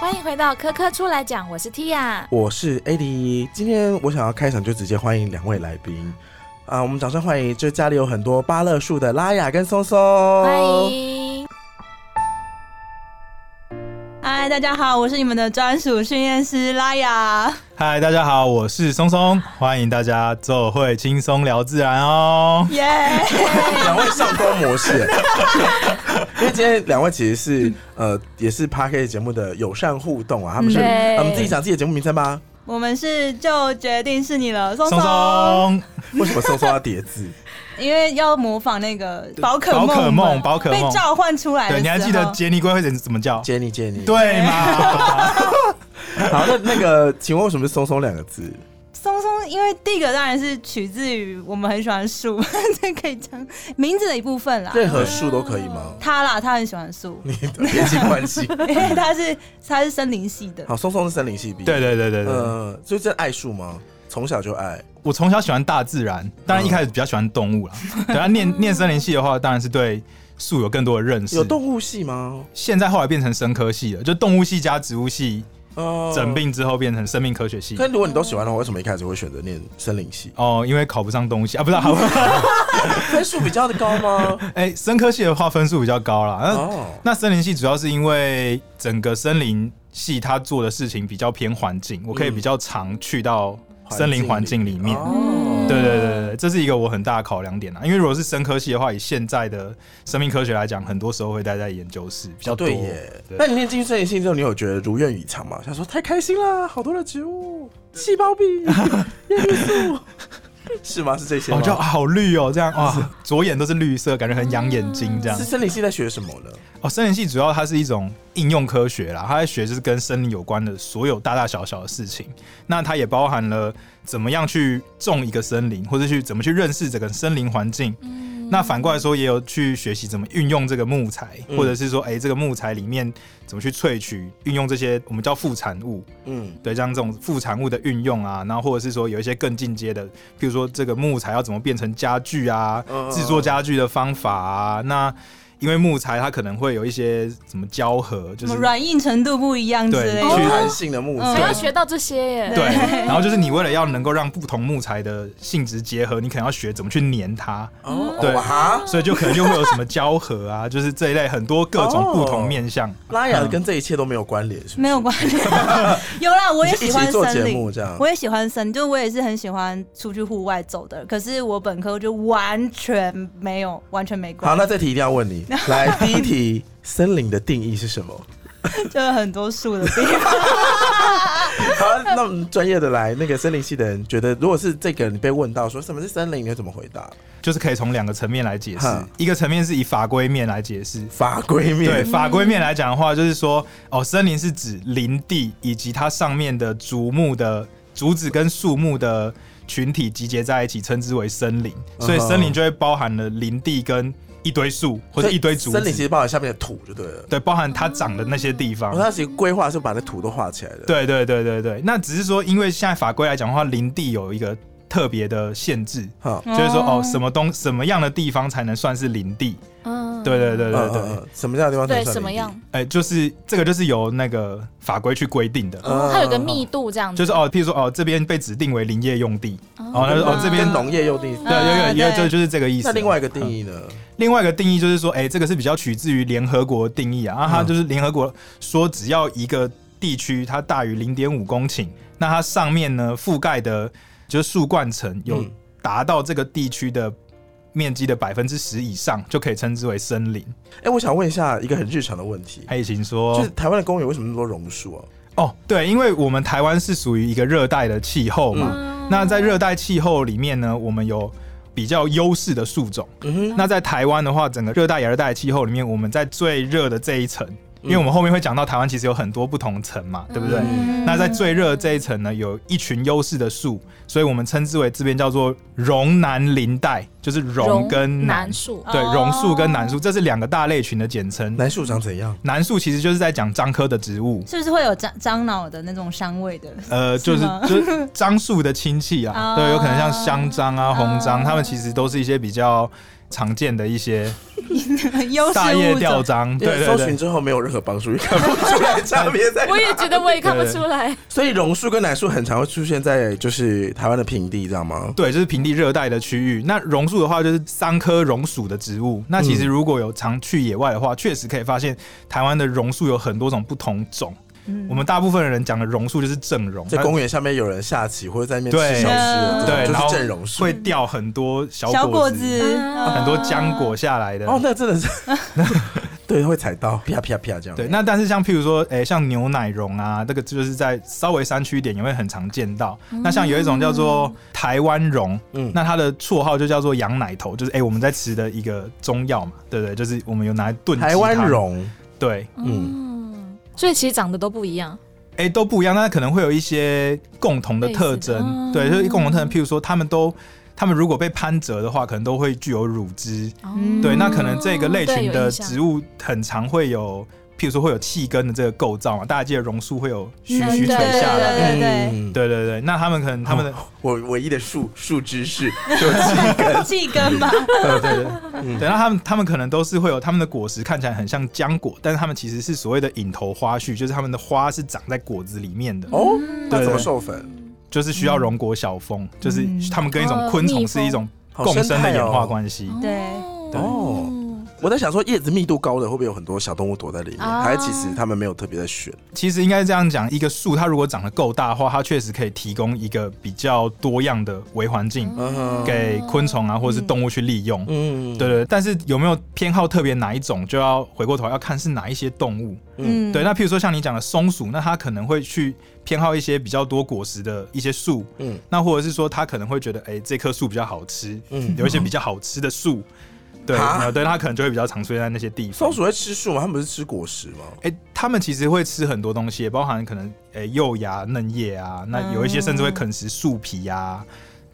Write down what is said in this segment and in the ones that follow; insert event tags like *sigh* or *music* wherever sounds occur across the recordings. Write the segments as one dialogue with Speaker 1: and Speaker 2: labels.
Speaker 1: 欢迎回到科科出来讲，我是 Tia。
Speaker 2: 我是 AD，今天我想要开场就直接欢迎两位来宾啊！我们掌声欢迎，就家里有很多芭乐树的拉雅跟松松，
Speaker 1: 欢。迎，
Speaker 3: 嗨，大家好，我是你们的专属训练师拉
Speaker 4: *laughs*
Speaker 3: 雅。
Speaker 4: 嗨，大家好，我是松松，欢迎大家做会轻松聊自然哦。
Speaker 3: 耶、
Speaker 2: 两位上钩
Speaker 1: *laughs*
Speaker 2: 模式，因为今天两位其实是呃也是 p a r k 节目的友善互动啊，他们
Speaker 1: 嗯
Speaker 2: 是
Speaker 3: 对
Speaker 2: 我们自己讲自己的节目名称吧。
Speaker 3: 我们是就决定是你了，松
Speaker 4: 松松，
Speaker 2: 为什么松松要
Speaker 1: *laughs*
Speaker 2: 叠字？
Speaker 3: 因为要模仿那个宝可
Speaker 4: 宝
Speaker 3: 梦，
Speaker 4: 可梦，宝可
Speaker 3: 被
Speaker 4: 梦，
Speaker 3: 召唤出来的时
Speaker 4: 对，
Speaker 3: 候，
Speaker 4: 你还记得杰尼龟会怎么叫？
Speaker 2: 接你接你。，
Speaker 4: 对嘛？
Speaker 2: *laughs* 好，那那个，请问为什么是松松两个字？
Speaker 3: 松松？因为第一个当然是取自于我们很喜欢树， *laughs* 这可以讲名字的一部分
Speaker 1: 啊
Speaker 3: 啦。
Speaker 2: 任何树都可以
Speaker 1: *laughs*
Speaker 2: 吗？
Speaker 3: 他啦，他很喜欢
Speaker 4: *laughs*
Speaker 3: 树，
Speaker 2: 你的边境关系。
Speaker 3: 因为他是他是森林系的。
Speaker 2: 好，松松是森林系毕业。
Speaker 4: 对对对对对，
Speaker 2: 呃，所以这爱树吗？从小就爱。
Speaker 4: 我从小喜欢大自然，当然一开始比较喜欢动物啦。
Speaker 2: 呃
Speaker 4: 对啊，念念森林系的话，当然是对树有更多的认识。
Speaker 2: 有动物系吗？
Speaker 4: 现在后来变成生科系了，就动物系加植物系，
Speaker 2: 呃
Speaker 4: 整。并之后变成生命科学系
Speaker 2: 可。是如果你都喜欢的话，为什么一开始会选择念森林系？
Speaker 4: 哦，因为考不上东西啊，
Speaker 2: *laughs*
Speaker 4: 不是好，
Speaker 2: 分数比较的高吗？
Speaker 4: 哎、生科系的话分数比较高啦。那
Speaker 2: 哦，
Speaker 4: 那森林系主要是因为整个森林系它做的事情比较偏环境，我可以比较常去到森林嗯环境里面。
Speaker 2: 哦
Speaker 4: 对对对对，这是一个我很大的考量点啊。因为如果是生科系的话，以现在的生命科学来讲，很多时候会待在研究室比较
Speaker 2: 哦
Speaker 4: 多。
Speaker 2: 对耶。
Speaker 4: 对
Speaker 2: 那你念进去森林系之后，你有觉得如愿以偿吗？想说太开心啦，好多的植物，细胞壁，叶绿素，是吗？是这些
Speaker 4: 哦，
Speaker 2: 吗？
Speaker 4: 就啊好绿哦，这样哇，左眼都是绿色，感觉很养眼睛这样
Speaker 2: 是。森林系在学什么呢？
Speaker 4: 哦，森林系主要它是一种应用科学啦，它在学就是跟森林有关的所有大大小小的事情。那它也包含了怎么样去种一个森林，或者去怎么去认识整个森林环境。
Speaker 1: 嗯
Speaker 4: 那反过来说，也有去学习怎么运用这个木材，
Speaker 2: 嗯
Speaker 4: 或者是说，哎、这个木材里面怎么去萃取、运用这些我们叫副产物，
Speaker 2: 嗯，
Speaker 4: 对，像这种副产物的运用啊，然后或者是说有一些更进阶的，譬如说这个木材要怎么变成家具啊
Speaker 2: 嗯，
Speaker 4: 制作家具的方法啊，那。因为木材它可能会有一些什么胶合，就
Speaker 3: 什么
Speaker 4: 是
Speaker 3: 软硬程度不一样之类
Speaker 4: 对去
Speaker 3: 的，
Speaker 2: 弹性的木
Speaker 3: 嗯
Speaker 1: 还要
Speaker 2: 材，
Speaker 1: 学到这些耶。
Speaker 4: 对，然后就是你为了要能够让不同木材的性质结合，你可能要学怎么去粘它，
Speaker 2: 哦，
Speaker 4: 对
Speaker 2: 哇哈，
Speaker 4: 所以就可能就会有什么胶合啊， *laughs* 就是这一类很多各种不同面向。
Speaker 2: 拉雅跟这一切都没有关联，是不是
Speaker 3: 没有关系。有啦，我也
Speaker 2: 你是一
Speaker 3: 喜
Speaker 2: 起
Speaker 3: 欢
Speaker 2: 做
Speaker 3: 森
Speaker 2: 节
Speaker 3: 林
Speaker 2: 目，这样
Speaker 3: 我。也喜欢森林，就我也是很喜欢出去户外走的。可是我本科就完全没有，完全没
Speaker 2: 好，
Speaker 3: 关，
Speaker 2: 那这题一定要
Speaker 1: *laughs*
Speaker 2: 问你。来，第一题，森林的定义是什么？
Speaker 3: 就是很多树的地方。
Speaker 2: 好，那我们专业的来，那个森林系的人觉得，如果是这个你被问到说什么是森林，你会怎么回答？
Speaker 4: 就是可以从两个层面来解释
Speaker 2: 哼，
Speaker 4: 一个层面是以法规面来解释，
Speaker 2: 法规
Speaker 4: 对
Speaker 2: 面，
Speaker 4: 法规面来讲的话，就是说，哦，森林是指林地以及它上面的竹木的竹子跟树木的群体集结在一起，称之为森林。
Speaker 2: 嗯
Speaker 4: 所以森林就会包含了林地跟一堆树或者一堆竹
Speaker 2: 森林其
Speaker 4: 子，
Speaker 2: 实包含下面的土就对了。哦
Speaker 4: 对，包含它长的那些地方
Speaker 2: 我。当时规划是把那土都画起来的。，
Speaker 4: 对对对对对，那只是说，因为现在法规来讲的话，林地有一个特别的限制。
Speaker 2: 好，
Speaker 4: 就是说，哦，什么东什么样的地方才能算是林地？
Speaker 1: 嗯，
Speaker 4: 对对对对对，
Speaker 2: 嗯嗯嗯什么样的地方才
Speaker 1: 对，
Speaker 2: 算
Speaker 1: 什么
Speaker 2: 林地？
Speaker 1: 样？
Speaker 4: 哎、就是这个，就是由那个法规去规定的。
Speaker 2: 嗯
Speaker 1: 哦它有个密度这样子，
Speaker 4: 就是哦，譬如说哦，这边被指定为林业用地，哦，那
Speaker 2: 跟
Speaker 4: 就哦
Speaker 2: 农
Speaker 4: 这边
Speaker 2: 跟农业用地。
Speaker 4: 对，
Speaker 1: 嗯
Speaker 4: 有有有
Speaker 3: 对
Speaker 4: 就就是这个意思。
Speaker 2: 啊那另外一个定义呢？
Speaker 4: 另外一个定义就是说，哎，这个是比较取自于联合国的定义啊，啊
Speaker 2: 嗯
Speaker 4: 它就是联合国说只要一个地区它大于零点五公顷，那它上面呢覆盖的就是树冠层有
Speaker 2: 嗯
Speaker 4: 达到这个地区的面积的百分之十以上，就可以称之为森林。
Speaker 2: 哎，我想问一下一个很日常的问题，
Speaker 4: 哎，请
Speaker 2: 就
Speaker 4: 说
Speaker 2: 是。台湾的公园为什么那么多榕树啊？
Speaker 4: 哦，对，因为我们台湾是属于一个热带的气候
Speaker 2: 嗯
Speaker 4: 嘛，那在热带气候里面呢，我们有比较优势的树种。
Speaker 2: 嗯
Speaker 4: 那在台湾的话，整个热带亚热带的气候里面，我们在最热的这一层，因为我们后面会讲到台湾其实有很多不同层嘛，对不对？
Speaker 2: 嗯
Speaker 4: 那在最热的这一层呢，有一群优势的树，所以我们称之为这边叫做榕南林带，就是榕跟南
Speaker 1: 楠，树，
Speaker 4: 对，
Speaker 3: 哦
Speaker 4: 榕树跟楠树，这是两个大类群的简称
Speaker 2: 哼，。楠树长怎样？
Speaker 4: 楠树其实就是在讲樟科的植物，
Speaker 3: 是不是会有樟樟脑的那种香味的？
Speaker 4: 呃，就是
Speaker 3: 是吗
Speaker 4: 就是樟树的亲戚啊，
Speaker 3: 哦 *laughs*
Speaker 4: 对，有可能像香樟啊、红樟，
Speaker 3: 哦
Speaker 4: 它们其实都是一些比较常见的一些
Speaker 3: 优势
Speaker 4: 大叶
Speaker 3: 物
Speaker 4: 吊
Speaker 2: *laughs*
Speaker 3: 种。
Speaker 4: 章，
Speaker 2: 因
Speaker 4: 对
Speaker 2: 为
Speaker 4: 对
Speaker 2: 搜寻
Speaker 4: 对，
Speaker 2: 之后没有任何帮助，也看不出来 *laughs* 差别在哪。
Speaker 1: 我也觉得我也看不出来。
Speaker 2: 所以榕树跟奶树很常会出现在就是台湾的平地，知道吗？
Speaker 4: 对，就是平地热带的区域。那榕树的话，就是三棵榕属的植物。那
Speaker 2: 嗯
Speaker 4: 其实如果有常去野外的话，确实可以发现台湾的榕树有很多种不同种。
Speaker 3: 嗯
Speaker 4: 我们大部分的人讲的榕树就是正榕，啊
Speaker 2: 在
Speaker 4: 它
Speaker 2: 公园上面有人下棋或者在那边
Speaker 4: 对
Speaker 2: 吃小吃，
Speaker 4: 对，
Speaker 2: 就
Speaker 4: 然后
Speaker 2: 是正榕树
Speaker 4: 会。掉很多小
Speaker 3: 小
Speaker 4: 果
Speaker 3: 果
Speaker 4: 子，
Speaker 3: 子，
Speaker 1: 啊
Speaker 4: 很多浆果下来的。
Speaker 2: 哦，那真的
Speaker 4: *laughs*
Speaker 2: 是，对，会踩到，啪啪啪这样。
Speaker 4: 对，那但是像譬如说，诶、像牛奶茸啊，这个就是在稍微山区一点也会很常见到。那像有一种叫做台湾茸，
Speaker 2: 嗯
Speaker 4: 那它的绰号就叫做羊奶头，就是诶、哎我们在吃的一个中药嘛，对不对？就是我们有拿来炖
Speaker 2: 台湾
Speaker 4: 鸡汤，
Speaker 2: 榕，
Speaker 4: 对，
Speaker 2: 嗯，
Speaker 1: 嗯，所以其实长得都不一样。
Speaker 4: 诶、哎都不一样，那可能会有一些共同的特
Speaker 1: 类似
Speaker 4: 征，
Speaker 1: 的
Speaker 4: 对，就是共同特征，
Speaker 1: 嗯
Speaker 4: 譬如说他们都。他们如果被攀折的话，可能都会具有乳汁。
Speaker 3: 嗯
Speaker 4: 对，那可能这个类群的植
Speaker 1: 物
Speaker 4: 物很常会有，譬如说会有气根的这个构造嘛，大家记得榕树会有徐
Speaker 1: 嗯
Speaker 4: 徐垂
Speaker 1: 对
Speaker 4: 下来，
Speaker 3: 对对
Speaker 2: 嗯，
Speaker 4: 对对对，那他们可能他们的、
Speaker 2: 我唯一的树树知识，
Speaker 3: 呃气根吧，
Speaker 4: *laughs* 对对对，
Speaker 2: 嗯
Speaker 4: 对，那他们他们可能都是会有他们的果实看起来很像浆果，但是他们其实是所谓的引头花序，就是他们的花是长在果子里面的，
Speaker 2: 哦，
Speaker 4: 对
Speaker 2: 那
Speaker 4: 对
Speaker 2: 怎么授粉？
Speaker 4: 就是需要荣国小蜂，就是
Speaker 3: 嗯
Speaker 4: 他们跟一种
Speaker 1: 哦
Speaker 4: 昆虫
Speaker 1: 蜜
Speaker 4: 是一
Speaker 1: 蜂
Speaker 4: 种
Speaker 2: 好
Speaker 4: 共生
Speaker 2: 生
Speaker 4: 的
Speaker 2: 态哦
Speaker 4: 演化关系。
Speaker 3: 对
Speaker 2: 哦
Speaker 1: 嗯
Speaker 2: 我在想说，叶子密度高的会不会有很多小动物躲在里面？
Speaker 1: 啊
Speaker 2: 还是其实他们没有特别的选？
Speaker 4: 其实应该这样讲，一个树它如果长得够大的话，它确实可以提供一个比较多样的微环境
Speaker 2: 嗯
Speaker 4: 给昆虫啊或者是动物去利用。
Speaker 2: 嗯，
Speaker 4: 对对，但是有没有偏好特别哪一种，就要回过头要看是哪一些动物。
Speaker 2: 嗯
Speaker 3: 嗯，
Speaker 4: 对，那譬如说像你讲的松鼠，那它可能会去偏好一些比较多果实的一些树，
Speaker 2: 嗯
Speaker 4: 那或者是说它可能会觉得，哎、这棵树比较好吃，
Speaker 2: 嗯
Speaker 4: 有一些比较好吃的树，对，
Speaker 2: 哈
Speaker 4: 然后对，它可能就会比较常出现在那些地方
Speaker 2: 松。鼠会吃树吗？它们不是吃果实吗？
Speaker 4: 哎、它们其实会吃很多东西，包含可能哎、幼芽、嫩叶啊，那
Speaker 3: 嗯
Speaker 4: 有一些甚至会啃食树皮啊，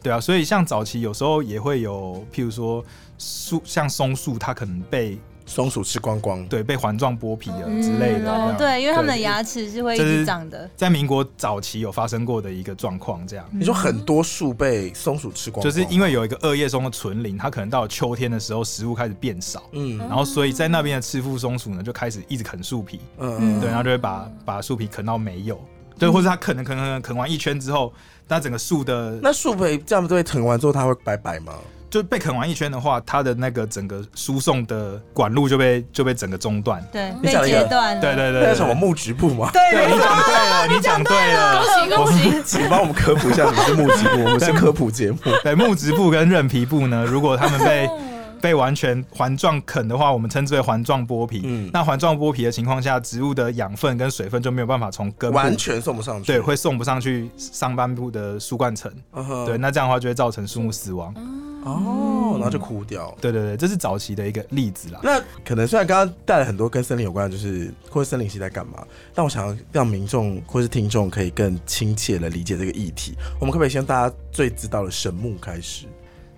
Speaker 4: 对啊，所以像早期有时候也会有，譬如说树，像松树，它可能被
Speaker 2: 松鼠吃光光，
Speaker 4: 对被环状剥皮了
Speaker 3: 嗯
Speaker 4: 之类的，
Speaker 3: 哦
Speaker 4: 那
Speaker 3: 对，因为他们的
Speaker 4: 对
Speaker 3: 牙齿是会一
Speaker 4: 这是
Speaker 3: 直长的，
Speaker 4: 在民国早期有发生过的一个状况，这样。
Speaker 3: 嗯
Speaker 2: 你说很多树被松鼠吃光光，
Speaker 4: 就是因为有一个二叶松的存林，它可能到了秋天的时候，食物开始变少，
Speaker 2: 嗯
Speaker 4: 然后所以在那边的赤腹松鼠呢，就开始一直啃树皮，
Speaker 2: 嗯
Speaker 4: 对，然后就会把把树皮啃到没有，对，或者它啃了啃啃啃完一圈之后，那整个树的
Speaker 2: 那树被这样被啃完之后，它会拜拜吗？
Speaker 4: 就被啃完一圈的话，它的那个整个输送的管路就被就被整个中断。
Speaker 3: 对，
Speaker 1: 你
Speaker 3: 被
Speaker 2: 讲了一个
Speaker 3: 截断了，
Speaker 4: 对对
Speaker 2: 嗯那
Speaker 4: 对对，
Speaker 2: 叫什么木质部吗？
Speaker 4: 对你讲对了，你讲对了
Speaker 1: 恭。喜恭喜！
Speaker 2: *laughs*
Speaker 4: *laughs*
Speaker 2: 请帮我们科普一下什么是木质部，我们是科普节目。
Speaker 4: 对，木质部跟韧皮部呢，如果它们被被完全环状啃的话，我们称之为环状剥皮。
Speaker 2: 嗯
Speaker 4: 那环状剥皮的情况下，植物的养分跟水分就没有办法从根部
Speaker 2: 完全送不上去。
Speaker 4: 对，会送不上去上半部的树冠层。
Speaker 2: 嗯哼
Speaker 4: 对，那这样的话就会造成树木死亡。
Speaker 1: 嗯
Speaker 2: 哦，然后就枯掉。
Speaker 4: 对对对，这是早期的一个例子啦。
Speaker 2: 那可能虽然刚刚带了很多跟森林有关的，就是或者森林系在干嘛，但我想要让民众或是听众可以更亲切的理解这个议题。我们可不可以先大家最知道的神木开始？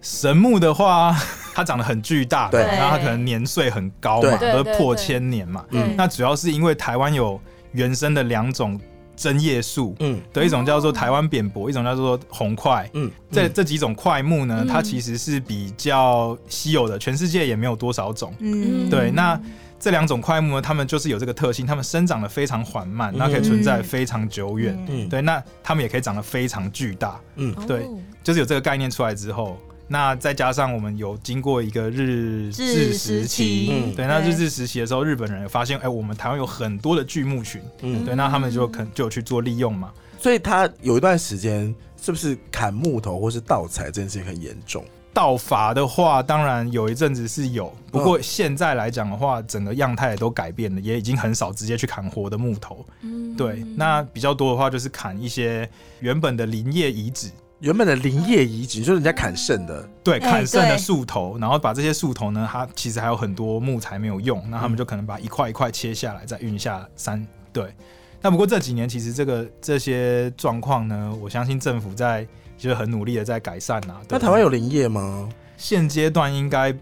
Speaker 4: 神木的话，它长得很巨大嘛，
Speaker 2: 对
Speaker 4: 然后它可能年岁很高
Speaker 1: 对
Speaker 4: 嘛，都
Speaker 1: 对
Speaker 4: 是
Speaker 1: 对
Speaker 4: 破
Speaker 1: 对
Speaker 4: 千年嘛。
Speaker 1: 对
Speaker 4: 那主要是因为台湾有原生的两种针叶树，
Speaker 2: 嗯
Speaker 4: 对，一种叫做台湾扁柏，一种叫做红块。
Speaker 2: 嗯，
Speaker 4: 这这几种块木呢，
Speaker 1: 嗯
Speaker 4: 它其实是比较稀有的，全世界也没有多少种。
Speaker 3: 嗯，
Speaker 4: 对，那这两种块木呢，它们就是有这个特性，它们生长的非常缓慢，
Speaker 2: 嗯
Speaker 4: 那可以存在非常久远。
Speaker 2: 嗯
Speaker 4: 对，那它们也可以长得非常巨大，
Speaker 2: 嗯
Speaker 1: 哦
Speaker 4: 对就是有这个概念出来之后，那再加上我们有经过一个日
Speaker 3: 治
Speaker 4: 治时
Speaker 3: 时
Speaker 4: 期
Speaker 3: 期，
Speaker 2: 嗯
Speaker 4: 对，那
Speaker 3: 对
Speaker 4: 日治时期的时候，日本人也发现，哎、我们台湾有很多的巨木群，
Speaker 2: 嗯，
Speaker 4: 对，那他们就肯就有去做利用嘛。
Speaker 2: 所以他有一段时间是不是砍木头或是盗采这件事情很严重？
Speaker 4: 盗伐的话，当然有一阵子是有，
Speaker 2: 嗯
Speaker 4: 不过现在来讲的话，整个样态也都改变了，也已经很少直接去砍活的木头。
Speaker 1: 嗯
Speaker 4: 对，那比较多的话就是砍一些原本的林业遗址，
Speaker 2: 原本的林业遗址就是人家砍剩的，
Speaker 4: 对，
Speaker 3: 哎
Speaker 4: 砍剩的
Speaker 3: 对
Speaker 4: 树头，然后把这些树头呢，它其实还有很多木材没有用，那他
Speaker 2: 嗯
Speaker 4: 们就可能把一块一块切下来，再运下山。对，那不过这几年其实这个这些状况呢，我相信政府在就是很努力的在改善啊。对
Speaker 2: 那台湾有林业吗？
Speaker 4: 现阶段应该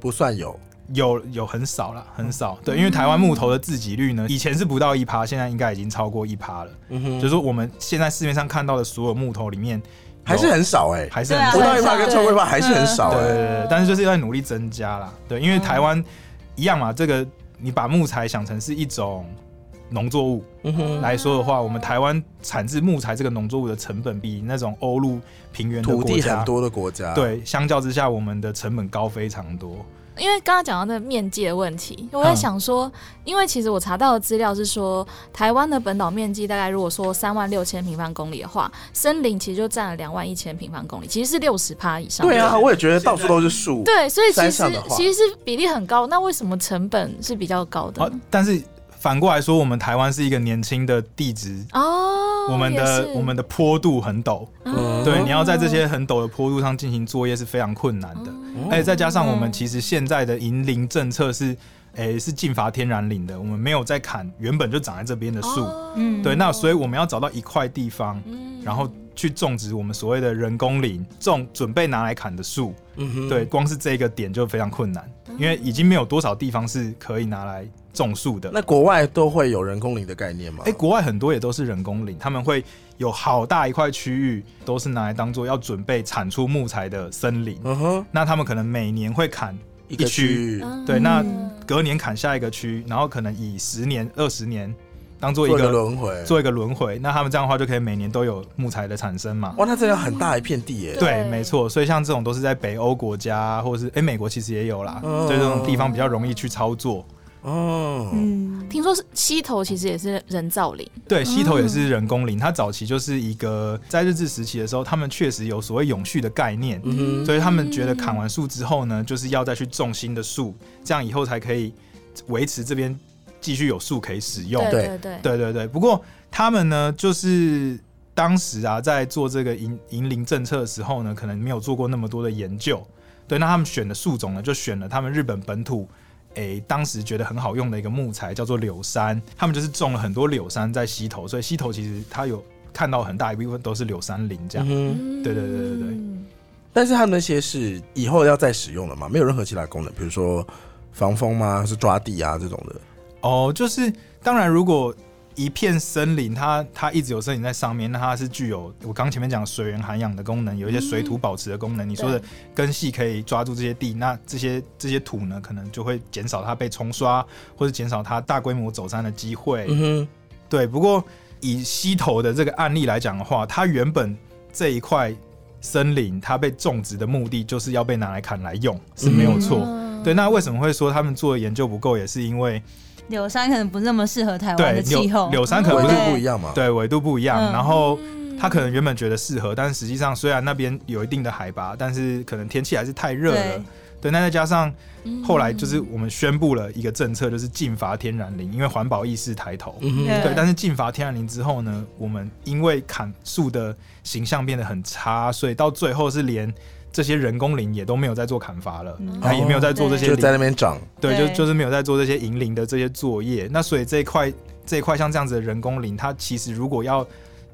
Speaker 2: 不算有，
Speaker 4: 有有很少啦，
Speaker 2: 嗯
Speaker 4: 很少。对，因为台湾木头的自给率呢，以前是不到一趴，现在应该已经超过一趴了。
Speaker 2: 嗯
Speaker 4: 就
Speaker 2: 哼
Speaker 4: 是说，我们现在市面上看到的所有木头里面，
Speaker 2: 还是很少哎、
Speaker 4: 还是
Speaker 3: 对啊
Speaker 2: 不
Speaker 4: 很多
Speaker 2: 到一趴跟超过一趴还是很少
Speaker 4: 对
Speaker 2: 哎、
Speaker 4: 对对，但是就是要努力增加啦。对，
Speaker 2: 嗯
Speaker 4: 因为台湾一样嘛，这个你把木材想成是一种农作物
Speaker 2: 嗯哼，
Speaker 4: 来说的话，我们台湾产制木材这个农作物的成本比那种欧陆平原的
Speaker 2: 土
Speaker 4: 国
Speaker 2: 地
Speaker 4: 家
Speaker 2: 很，多的啊国家，，
Speaker 4: 对，相较之下，我们的成本高非常多。
Speaker 1: 因为刚刚讲到那个面积的问题，
Speaker 4: 嗯
Speaker 1: 我在想说，因为其实我查到的资料是说，台湾的本岛面积大概如果说三万六千平方公里的话，森林其实就占了两万一千平方公里，其实是六十趴以上。
Speaker 2: 对啊，我也觉得到处都是树，
Speaker 1: 对，所以其
Speaker 2: 山
Speaker 1: 实
Speaker 2: 上的话
Speaker 1: 其实是比例很高，那为什么成本是比较高的
Speaker 4: 哦
Speaker 1: 呢？，
Speaker 4: 但是反过来说，我们台湾是一个年轻的地质，
Speaker 1: 哦，
Speaker 4: 啊我们
Speaker 1: 也
Speaker 4: 的
Speaker 1: 是
Speaker 4: 我们的坡度很陡，
Speaker 2: 嗯
Speaker 4: 对，你要在这些很陡的坡度上进行作业是非常困难的。
Speaker 1: 哦
Speaker 2: 嗯
Speaker 4: 哎、再加上我们其实现在的银林政策是，哎、是禁伐天然林的，我们没有在砍原本就长在这边的树。
Speaker 1: 哦
Speaker 3: 嗯
Speaker 4: 对，那所以
Speaker 1: 以
Speaker 4: 我们要找到一块地方，
Speaker 1: 嗯
Speaker 4: 然后去种植我们所谓的人工林，种准备拿来砍的树。
Speaker 2: 嗯哼
Speaker 4: 对，。光是这个点就非常困难，因为已经没有多少地方是可以拿来种树的。
Speaker 2: 那国外都会有人工林的概念吗？
Speaker 4: 哎、国外很多也都是人工林，他们会有好大一块区域都是拿来当做要准备产出木材的森林。
Speaker 2: 嗯哼，
Speaker 4: 那他们可能每年会砍
Speaker 2: 一个
Speaker 4: 区
Speaker 2: 区域
Speaker 4: 对那
Speaker 1: 嗯
Speaker 4: 隔年砍下一个区，然后可能以十年、二十年当做
Speaker 2: 做
Speaker 4: 一
Speaker 2: 一个
Speaker 4: 个
Speaker 2: 轮回，
Speaker 4: 做一个轮回。那他们这样的话，就可以每年都有木材的产生嘛？
Speaker 2: 哇，那真的很大一片地耶。
Speaker 4: 对，没错。所以像这种都是在北欧国家，或者是诶美国其实也有啦，
Speaker 2: 嗯
Speaker 4: 所以这种地方比较容易去操作。
Speaker 2: 哦，
Speaker 3: 嗯，
Speaker 1: 听说是溪头其实也是人造林，
Speaker 4: 对，溪头也是人工林，它早期就是一个在日治时期的时候，他们确实有所谓永续的概念，
Speaker 2: 嗯哼，
Speaker 4: 所以他们觉得砍完树之后呢，就是要再去种新的树，这样以后才可以维持这边继续有树可以使用。
Speaker 2: 对
Speaker 1: 对对，
Speaker 4: 对对对，不过他们呢，就是当时啊，在做这个银银龄政策的时候呢，可能没有做过那么多的研究。对，那他们选的树种呢，就选了他们日本本土，诶、当时觉得很好用的一个木材，叫做柳杉。他们就是种了很多柳杉在溪头，所以溪头其实它有看到很大一部分都是柳杉林这
Speaker 2: 嗯
Speaker 4: 样。
Speaker 2: 哼，
Speaker 1: 嗯
Speaker 4: 对对对对对
Speaker 2: 但是它那些是以后要再使用的嘛，没有任何其他功能，比如说防风吗？是抓地啊这种的。
Speaker 4: 哦，就是当然，如果一片森林它它一直有森林在上面，那它是具有我刚前面讲水源涵养的功能，有一些水土保持的功能。你说的根系可以抓住这些地，那这些这些土呢，可能就会减少它被冲刷，或者减少它大规模走山的机会。
Speaker 2: 嗯
Speaker 4: 对，不过以溪头的这个案例来讲的话，它原本这一块森林它被种植的目的就是要被拿来砍来用，是没有错。
Speaker 1: 嗯
Speaker 4: 对，那为什么会说他们做的研究不够，也是因为
Speaker 3: 柳杉可能不那么适合台湾
Speaker 4: 对
Speaker 3: 的气候
Speaker 4: 柳，柳杉可
Speaker 2: 哼，
Speaker 4: 能
Speaker 2: 纬
Speaker 4: 不
Speaker 2: 度
Speaker 4: 是
Speaker 3: 对
Speaker 2: 不一样嘛。，
Speaker 4: 对纬度不一样，
Speaker 3: 嗯
Speaker 4: 然后他
Speaker 2: 嗯
Speaker 4: 可能原本觉得适合，但是实际上虽然那边有一定的海拔，但是可能天气还是太热了
Speaker 3: 对。
Speaker 4: 对，那再加上
Speaker 1: 嗯
Speaker 4: 后来就是我们宣布了一个政策，就是禁伐天然林，因为环保意识抬头。
Speaker 2: 嗯哼，
Speaker 3: 对
Speaker 4: 对，但是禁伐天然林之后呢，我们因为砍树的形象变得很差，所以到最后是连这些人工林也都没有在做砍伐了，
Speaker 3: 嗯
Speaker 4: 它也没有在做这些
Speaker 2: 就
Speaker 4: 林
Speaker 2: 在那边长。
Speaker 4: 对，
Speaker 3: 对
Speaker 4: 就就是没有在做这些银林的这些作业。那所以这一块这一块像这样子的人工林，它其实如果要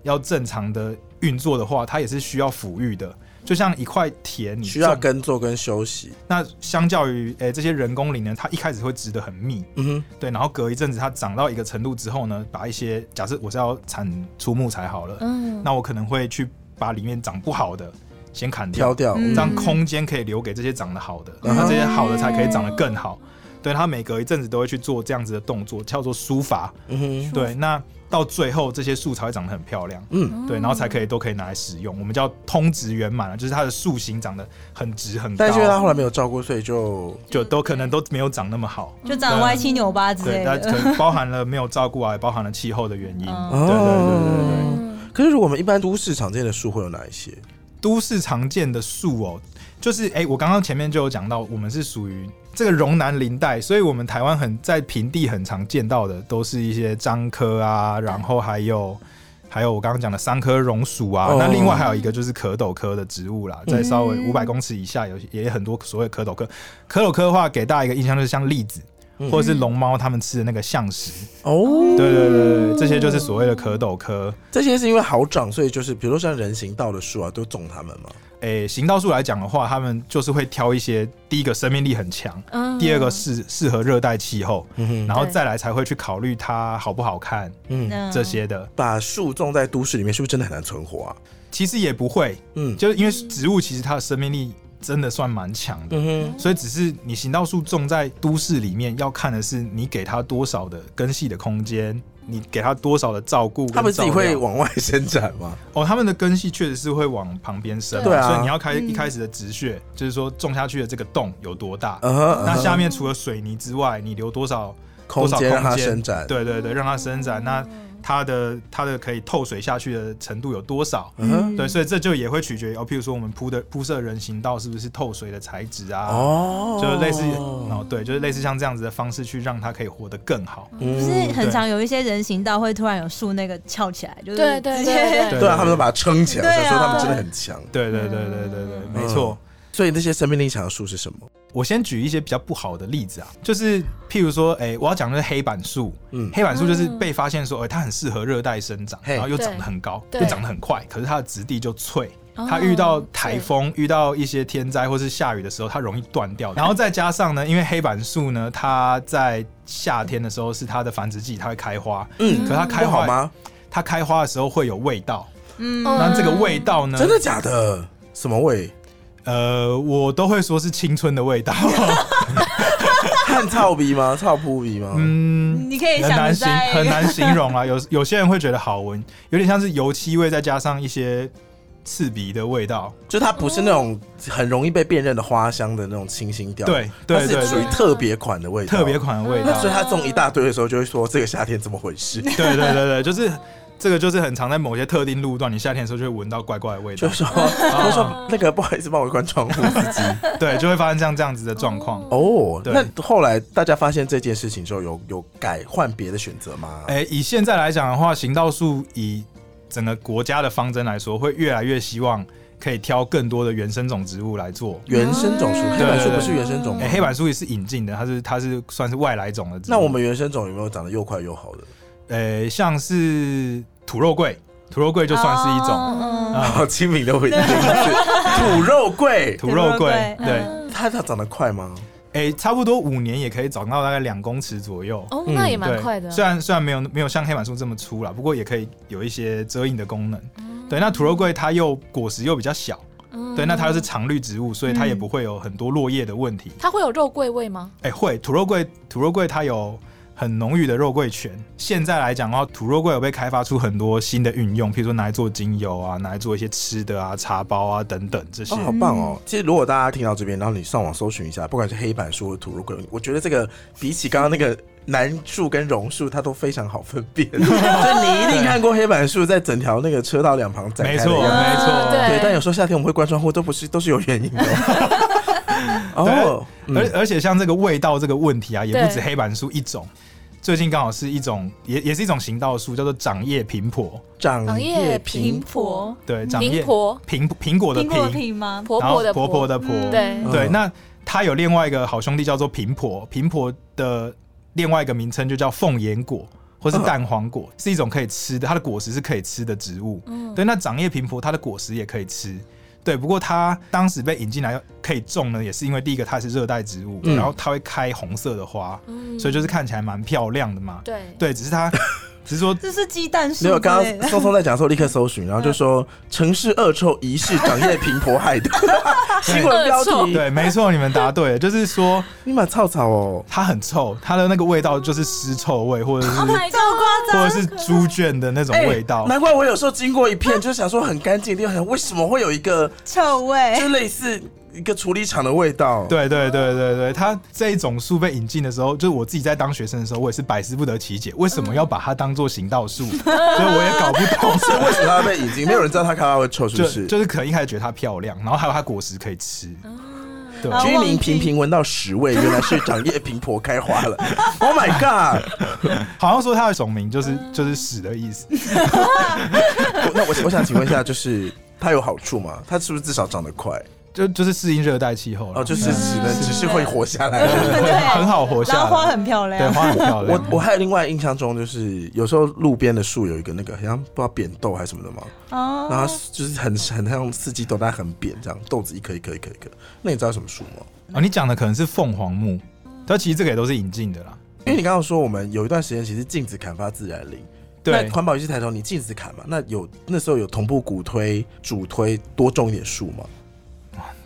Speaker 4: 要正常的运作的话，它也是需要抚育的。就像一块田，你
Speaker 2: 需要
Speaker 4: 种
Speaker 2: 耕作跟休息。
Speaker 4: 那相较于诶、这些人工林呢，它一开始会植得很密，
Speaker 2: 嗯
Speaker 4: 对，然后隔一阵子它长到一个程度之后呢，把一些假设我是要产出木材好了，
Speaker 1: 嗯
Speaker 4: 那我可能会去把里面长不好的先砍
Speaker 2: 哼，
Speaker 4: 掉
Speaker 2: 挑，掉。
Speaker 3: 嗯
Speaker 4: 这样空间可以留给这些长得好的，
Speaker 2: 嗯
Speaker 4: 那这些好的才可以长得更好。对，他每隔一阵子都会去做这样子的动作，叫做疏伐。
Speaker 2: 嗯哼，
Speaker 4: 对，那到最后这些树才会长得很漂亮。
Speaker 2: 嗯。
Speaker 4: 对，然后才可以都可以拿来使用，我们叫通直圆满了，啊就是它的树形长得很直很
Speaker 2: 但是因为他
Speaker 4: 高，
Speaker 2: 后来没有照顾，所以就
Speaker 4: 就都可能都没有长那么好。
Speaker 3: 就长歪七扭八之类
Speaker 4: 对，它
Speaker 3: *laughs* 的。
Speaker 4: 可能包含了没有照顾啊，也包含了气候的原因。
Speaker 3: 嗯
Speaker 4: 对对对对
Speaker 2: 哦
Speaker 4: 对。
Speaker 2: 可是如果我们一般都市常见的树会有哪一些？
Speaker 4: 都市常见的树哦，就是哎、我刚刚前面就有讲到，我们是属于这个荣南林带，所以我们台湾很在平地很常见到的，都是一些樟科啊，然后还有还有我刚刚讲的三棵榕树啊，
Speaker 2: 哦嗯
Speaker 4: 那另外还有一个就是壳斗科的植物啦，在稍微五百公尺以下有也很多所谓壳斗科，壳斗科的话给大家一个印象就是像栗子。
Speaker 2: 嗯
Speaker 4: 或者是龙猫它们吃的那个象石。
Speaker 2: 哦，
Speaker 4: 对对对对，这些就是所谓的壳斗科。
Speaker 2: 这些是因为好长，所以就是比如说像人行道的树啊，都种它们嘛。
Speaker 4: 诶、行道树来讲的话，它们就是会挑一些第一个生命力很强，
Speaker 1: 嗯
Speaker 4: 第二个适适合热带气候，
Speaker 2: 嗯哼，
Speaker 4: 然后再来才会去考虑它好不好看
Speaker 2: 嗯，
Speaker 4: 这些的。
Speaker 2: 把树种在都市里面，是不是真的很难存活啊？
Speaker 4: 其实也不会，
Speaker 2: 嗯
Speaker 4: 就是因为植物其实它的生命力真的算蛮强的。
Speaker 2: 嗯
Speaker 4: 所以只是你行道树种在都市里面，要看的是你给它多少的根系的空间，你给它多少的照顾
Speaker 2: 哼，
Speaker 4: 跟
Speaker 2: 它们自己
Speaker 4: 照料
Speaker 2: 会往外伸展 *laughs* 吗？
Speaker 4: 哦，它们的根系确实是会往旁边伸嘛，
Speaker 2: 对啊
Speaker 4: 所以你要开
Speaker 3: 嗯
Speaker 4: 一开始的植穴，就是说种下去的这个洞有多大，
Speaker 2: 嗯哼，嗯
Speaker 4: 那
Speaker 2: 哼
Speaker 4: 下面除了水泥之外，你留多少？
Speaker 2: 空
Speaker 4: 多少
Speaker 2: 间让它
Speaker 4: 空间
Speaker 2: 伸展，
Speaker 4: 对对对，让它伸展，那
Speaker 2: 嗯
Speaker 4: 它的它的可以透水下去的程度有多少？
Speaker 2: 嗯哼，
Speaker 4: 对，所以这就也会取决于哦，譬如说我们铺的铺设人行道是不是透水的材质啊？
Speaker 2: 哦，
Speaker 4: 就是类似哦，对，就是类似像这样子的方式去让它可以活得更好。
Speaker 3: 就
Speaker 2: 嗯
Speaker 3: 是很常有一些人行道会突然有树那个翘起来，就是
Speaker 1: 对对
Speaker 3: 嗯直
Speaker 1: 对
Speaker 3: 接
Speaker 1: 对
Speaker 2: 对啊，他们都把它撑起来，
Speaker 3: 对
Speaker 2: 我
Speaker 3: 啊
Speaker 2: 想说他们真的很强。
Speaker 4: 对对对对对对，
Speaker 2: 嗯
Speaker 4: 没错。
Speaker 2: 所以那些生命力强的树是什么？
Speaker 4: 我先举一些比较不好的例子啊，就是譬如说，哎、我要讲的是黑板树。
Speaker 2: 嗯，
Speaker 4: 黑板树就是
Speaker 1: 嗯
Speaker 4: 被发现说，哎、它很适合热带生长，
Speaker 2: 嘿
Speaker 4: 然后又长
Speaker 1: 对
Speaker 4: 得很高，
Speaker 1: 对
Speaker 4: 又长得很快，可是它的质地就脆。
Speaker 1: 哦
Speaker 4: 它遇到台风、遇到一些天灾或是下雨的时候，它容易断掉。然后再加上呢，因为黑板树呢，它在夏天的时候是它的繁殖季，它会开花。
Speaker 2: 嗯
Speaker 4: 可是它
Speaker 2: 开
Speaker 4: 开
Speaker 2: 好
Speaker 4: 花，
Speaker 2: 吗？
Speaker 4: 它开花的时候会有味道。
Speaker 3: *laughs* 嗯
Speaker 1: 嗯
Speaker 4: 那这个味道呢？
Speaker 2: 真的假的？什么 *laughs* 味？
Speaker 4: 呃，我都会说是青春的 *laughs* 味道。
Speaker 2: 汗臭鼻吗？臭扑鼻吗？
Speaker 4: 嗯，
Speaker 3: 你可以
Speaker 4: 很
Speaker 3: 想
Speaker 4: 难
Speaker 3: 得
Speaker 4: 形
Speaker 3: 在
Speaker 4: 很难形容啊。有有些人会觉得好闻，有点像是油漆味，再加上一些刺鼻的味道。
Speaker 2: 就它不是那种很容易被辨认的花香的那种清新调，
Speaker 4: 对
Speaker 2: 它
Speaker 4: 对
Speaker 2: 是
Speaker 4: 对
Speaker 2: 属于
Speaker 4: 对，
Speaker 2: 特别款的味道，
Speaker 4: 特别。款的味
Speaker 2: 那
Speaker 4: 道
Speaker 2: 所。以它种一大堆的时候，就会说这个夏天怎么回事？
Speaker 4: 对对对对，就是这个，就是很常在某些特定路段，你夏天的时候就会闻到怪怪的
Speaker 2: *laughs*
Speaker 4: 味
Speaker 2: 就
Speaker 4: 道。哦
Speaker 2: 说，就说那个不 *laughs* 好意思，帮我关窗户自己。
Speaker 4: 对，就会发生这样这样子的状况。
Speaker 2: 哦，
Speaker 4: 对
Speaker 2: 那后来大家发现这件事情之后，有有改换别的选择吗？
Speaker 4: 哎、以现在来讲的话，行道树以整个国家的方针来说，会越来越希望可以挑更多的原生种植物来做。
Speaker 2: 原生种树，
Speaker 1: 嗯
Speaker 2: 黑板树
Speaker 4: 对对对
Speaker 2: 不是原生种吗
Speaker 4: 哎、？黑板树也是引进的，它是它是算是外来种的
Speaker 2: 嗯
Speaker 4: 植物。
Speaker 2: 那我们原生种有没有长得又快又好的？
Speaker 4: 呃，像是土肉桂，土肉桂就算是一种、
Speaker 3: 嗯
Speaker 4: 啊
Speaker 2: *laughs* 好哦亲民的味道，土肉桂，
Speaker 4: *laughs* 土
Speaker 3: 土
Speaker 4: 肉桂
Speaker 3: 肉，桂
Speaker 4: 对，哎、
Speaker 1: 嗯
Speaker 2: 它它长得快吗？
Speaker 4: 差不多五年也可以长到大概两公尺左右。
Speaker 1: 哦，
Speaker 2: 嗯
Speaker 1: 那也
Speaker 4: 对
Speaker 1: 蛮快的。
Speaker 4: 虽然虽然没有没有像黑板树这么粗啦，不过也可以有一些遮荫的功能。对，那土肉桂它又果实又比较小，
Speaker 1: 嗯
Speaker 4: 对，那它又是常绿植物，所以它也不会有很多落叶的问题。
Speaker 1: 它会有肉桂味吗？
Speaker 4: 哎、会土肉桂，土肉桂它有很浓郁的肉桂醛。现在来讲的话，土肉桂有被开发出很多新的运用，譬如说拿来做精油啊，拿来做一些吃的啊、茶包啊等等这些。
Speaker 2: 哦，好棒哦！其实如果大家听到这边，然后你上网搜寻一下，不管是黑板树或土肉桂，我觉得这个比起刚刚那个楠树跟榕树，它都非常好分
Speaker 4: *laughs*
Speaker 2: 辨。就你一定看过黑板树在整条那个车道两旁展
Speaker 4: 没
Speaker 2: 开的
Speaker 4: 错，
Speaker 2: 样子
Speaker 4: 没错。
Speaker 1: 对
Speaker 2: 对，但有时候夏天我们会关窗户，都不是都是有原
Speaker 4: *laughs*
Speaker 2: 因的。哦，
Speaker 4: 而
Speaker 2: 嗯
Speaker 4: 而且像这个味道这个问题啊，也不
Speaker 1: 对
Speaker 4: 止黑板树一种。最近刚好是一种，也也是一种行道树，叫做掌叶苹婆。
Speaker 2: 长
Speaker 1: 长
Speaker 2: 叶
Speaker 1: 叶
Speaker 2: 平
Speaker 1: 平
Speaker 3: 婆
Speaker 4: 对，掌叶
Speaker 1: 苹婆
Speaker 4: 苹苹果的
Speaker 3: 嗯苹果
Speaker 4: 苹，
Speaker 3: 皮吗？
Speaker 1: 婆
Speaker 4: 然后
Speaker 1: 婆的
Speaker 4: 婆婆的婆。
Speaker 3: 嗯
Speaker 1: 对
Speaker 2: 嗯
Speaker 4: 对，那它有另外一个好兄弟叫做苹婆，苹婆的另外一个名称就叫凤眼果或是蛋黄果，是一种可以吃的，它的果实是可以吃的植物。
Speaker 1: 嗯
Speaker 4: 对，那掌叶苹婆它的果实也可以吃。对，不过它当时被引进来可以种呢，也是因为第一个它是热带植物，
Speaker 2: 嗯
Speaker 4: 然后它会开红色的花，
Speaker 1: 嗯
Speaker 4: 所以就是看起来蛮漂亮的嘛。
Speaker 1: 对
Speaker 4: 对，只是它，只是说
Speaker 3: 这是鸡蛋树之
Speaker 2: 没
Speaker 3: 类
Speaker 2: 有，
Speaker 3: 的。
Speaker 2: 刚
Speaker 3: *laughs*
Speaker 2: 刚松松在讲的
Speaker 4: 嗯
Speaker 2: 时候，立刻搜寻，然后就说城市恶臭疑似长叶平婆害
Speaker 4: *laughs*
Speaker 2: 的新闻标
Speaker 1: 恶臭
Speaker 2: 题，
Speaker 4: 对，没错，你们答对了，就是说
Speaker 2: 你妈草草哦，
Speaker 4: 它很臭，它的那个味道就是尸臭味，或者是
Speaker 1: *laughs* Oh my
Speaker 3: 这么
Speaker 1: god！
Speaker 3: 夸张
Speaker 4: 或者是猪圈的那种味道。
Speaker 2: 哎难怪我有时候经过一片，就是想说很干净的地方，想为什么会有一
Speaker 4: *laughs*
Speaker 2: 个
Speaker 3: 臭
Speaker 2: 就
Speaker 3: 味，
Speaker 2: 类似一个处理厂的味道？，
Speaker 4: 哎对对对对对，它这一种树被引进的时候，就是我自己在当学生的时候，我也是百思不得其解，为什么要把它当做行道树？所以我也搞不懂。
Speaker 2: 所以为什么它被引进？没有人知道它开发会臭，是不？
Speaker 4: 就是就是可能一开始觉得它漂亮，然后还有它果实可以吃。对，
Speaker 3: 啊好
Speaker 2: 居民频频闻到屎味，原来是长叶平婆开花了。Oh my god！
Speaker 4: 好像说它的种名就是
Speaker 3: 嗯
Speaker 4: 就是屎的意思。
Speaker 2: *laughs* 我那我我想请问一下，就是它有好处吗？它是不是至少长得快？
Speaker 4: 就就就是适应热带气候了
Speaker 2: 哦，就是只能
Speaker 3: 嗯
Speaker 2: 只是会活下来
Speaker 4: 对 *laughs*
Speaker 2: 而已。
Speaker 4: 对对很好活下
Speaker 3: 然
Speaker 4: 来，
Speaker 3: 后花很漂
Speaker 4: 对
Speaker 3: 亮，
Speaker 4: 花很漂
Speaker 2: 我
Speaker 4: 亮。
Speaker 2: 我还有另外印象中，就是有时候路边的树有一个那个好像不知道扁豆还是什么的嘛，然后
Speaker 3: 哦
Speaker 2: 它，就是很很像四季豆，但它很扁，这样豆子一颗一颗一颗一颗。那你知道什么树吗？
Speaker 4: 哦，你讲的可能是凤凰木，但其实这个也都是引进的啦。
Speaker 2: 因为你刚刚说我们有一段时间其实禁止砍伐自然林，那
Speaker 4: 对，
Speaker 2: 环保意识抬头，你禁止砍嘛？那有那时候有同步鼓推、主推多种一点树嘛？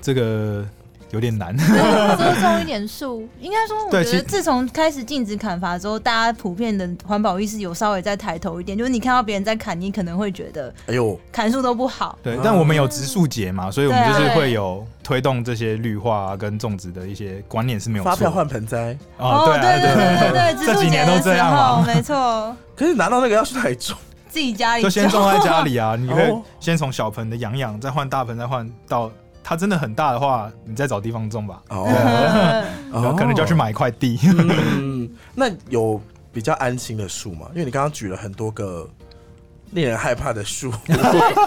Speaker 4: 这个有点难。
Speaker 3: 多种一点
Speaker 4: *laughs*
Speaker 3: 树。应该说，我
Speaker 4: 对
Speaker 3: 觉
Speaker 4: 其实
Speaker 3: 得自从开始禁止砍伐之后，大家普遍的环保意识有稍微再抬头一点。就是你看到别人在砍，你可能会觉得
Speaker 2: 哎呦，
Speaker 3: 砍树都不好。
Speaker 4: 对
Speaker 2: 嗯，
Speaker 4: 但我们有植树节嘛，所以我们
Speaker 3: 对
Speaker 4: 就
Speaker 3: 啊
Speaker 4: 是会有推动这些绿化啊跟种植的一些观念是没有
Speaker 2: 发
Speaker 4: 错
Speaker 2: 票
Speaker 4: 的。
Speaker 2: 换盆栽，
Speaker 4: 哦，对啊
Speaker 3: 对对对对，
Speaker 4: 这几年都这样啊
Speaker 3: 了，
Speaker 4: 嘛，
Speaker 3: 没错，
Speaker 2: 可是拿到那个要去哪里种？
Speaker 3: 自己家里
Speaker 4: 就先种在家里啊，你可以
Speaker 2: 哦
Speaker 4: 先从小盆的养养，再换大盆，再换到它真的很大的话，你再找地方种吧。
Speaker 2: 哦，
Speaker 4: *laughs* 然后可能就要去。买一块地。
Speaker 2: 嗯，那有比较安心的树吗？因为你刚刚举了很多个令人害怕的树，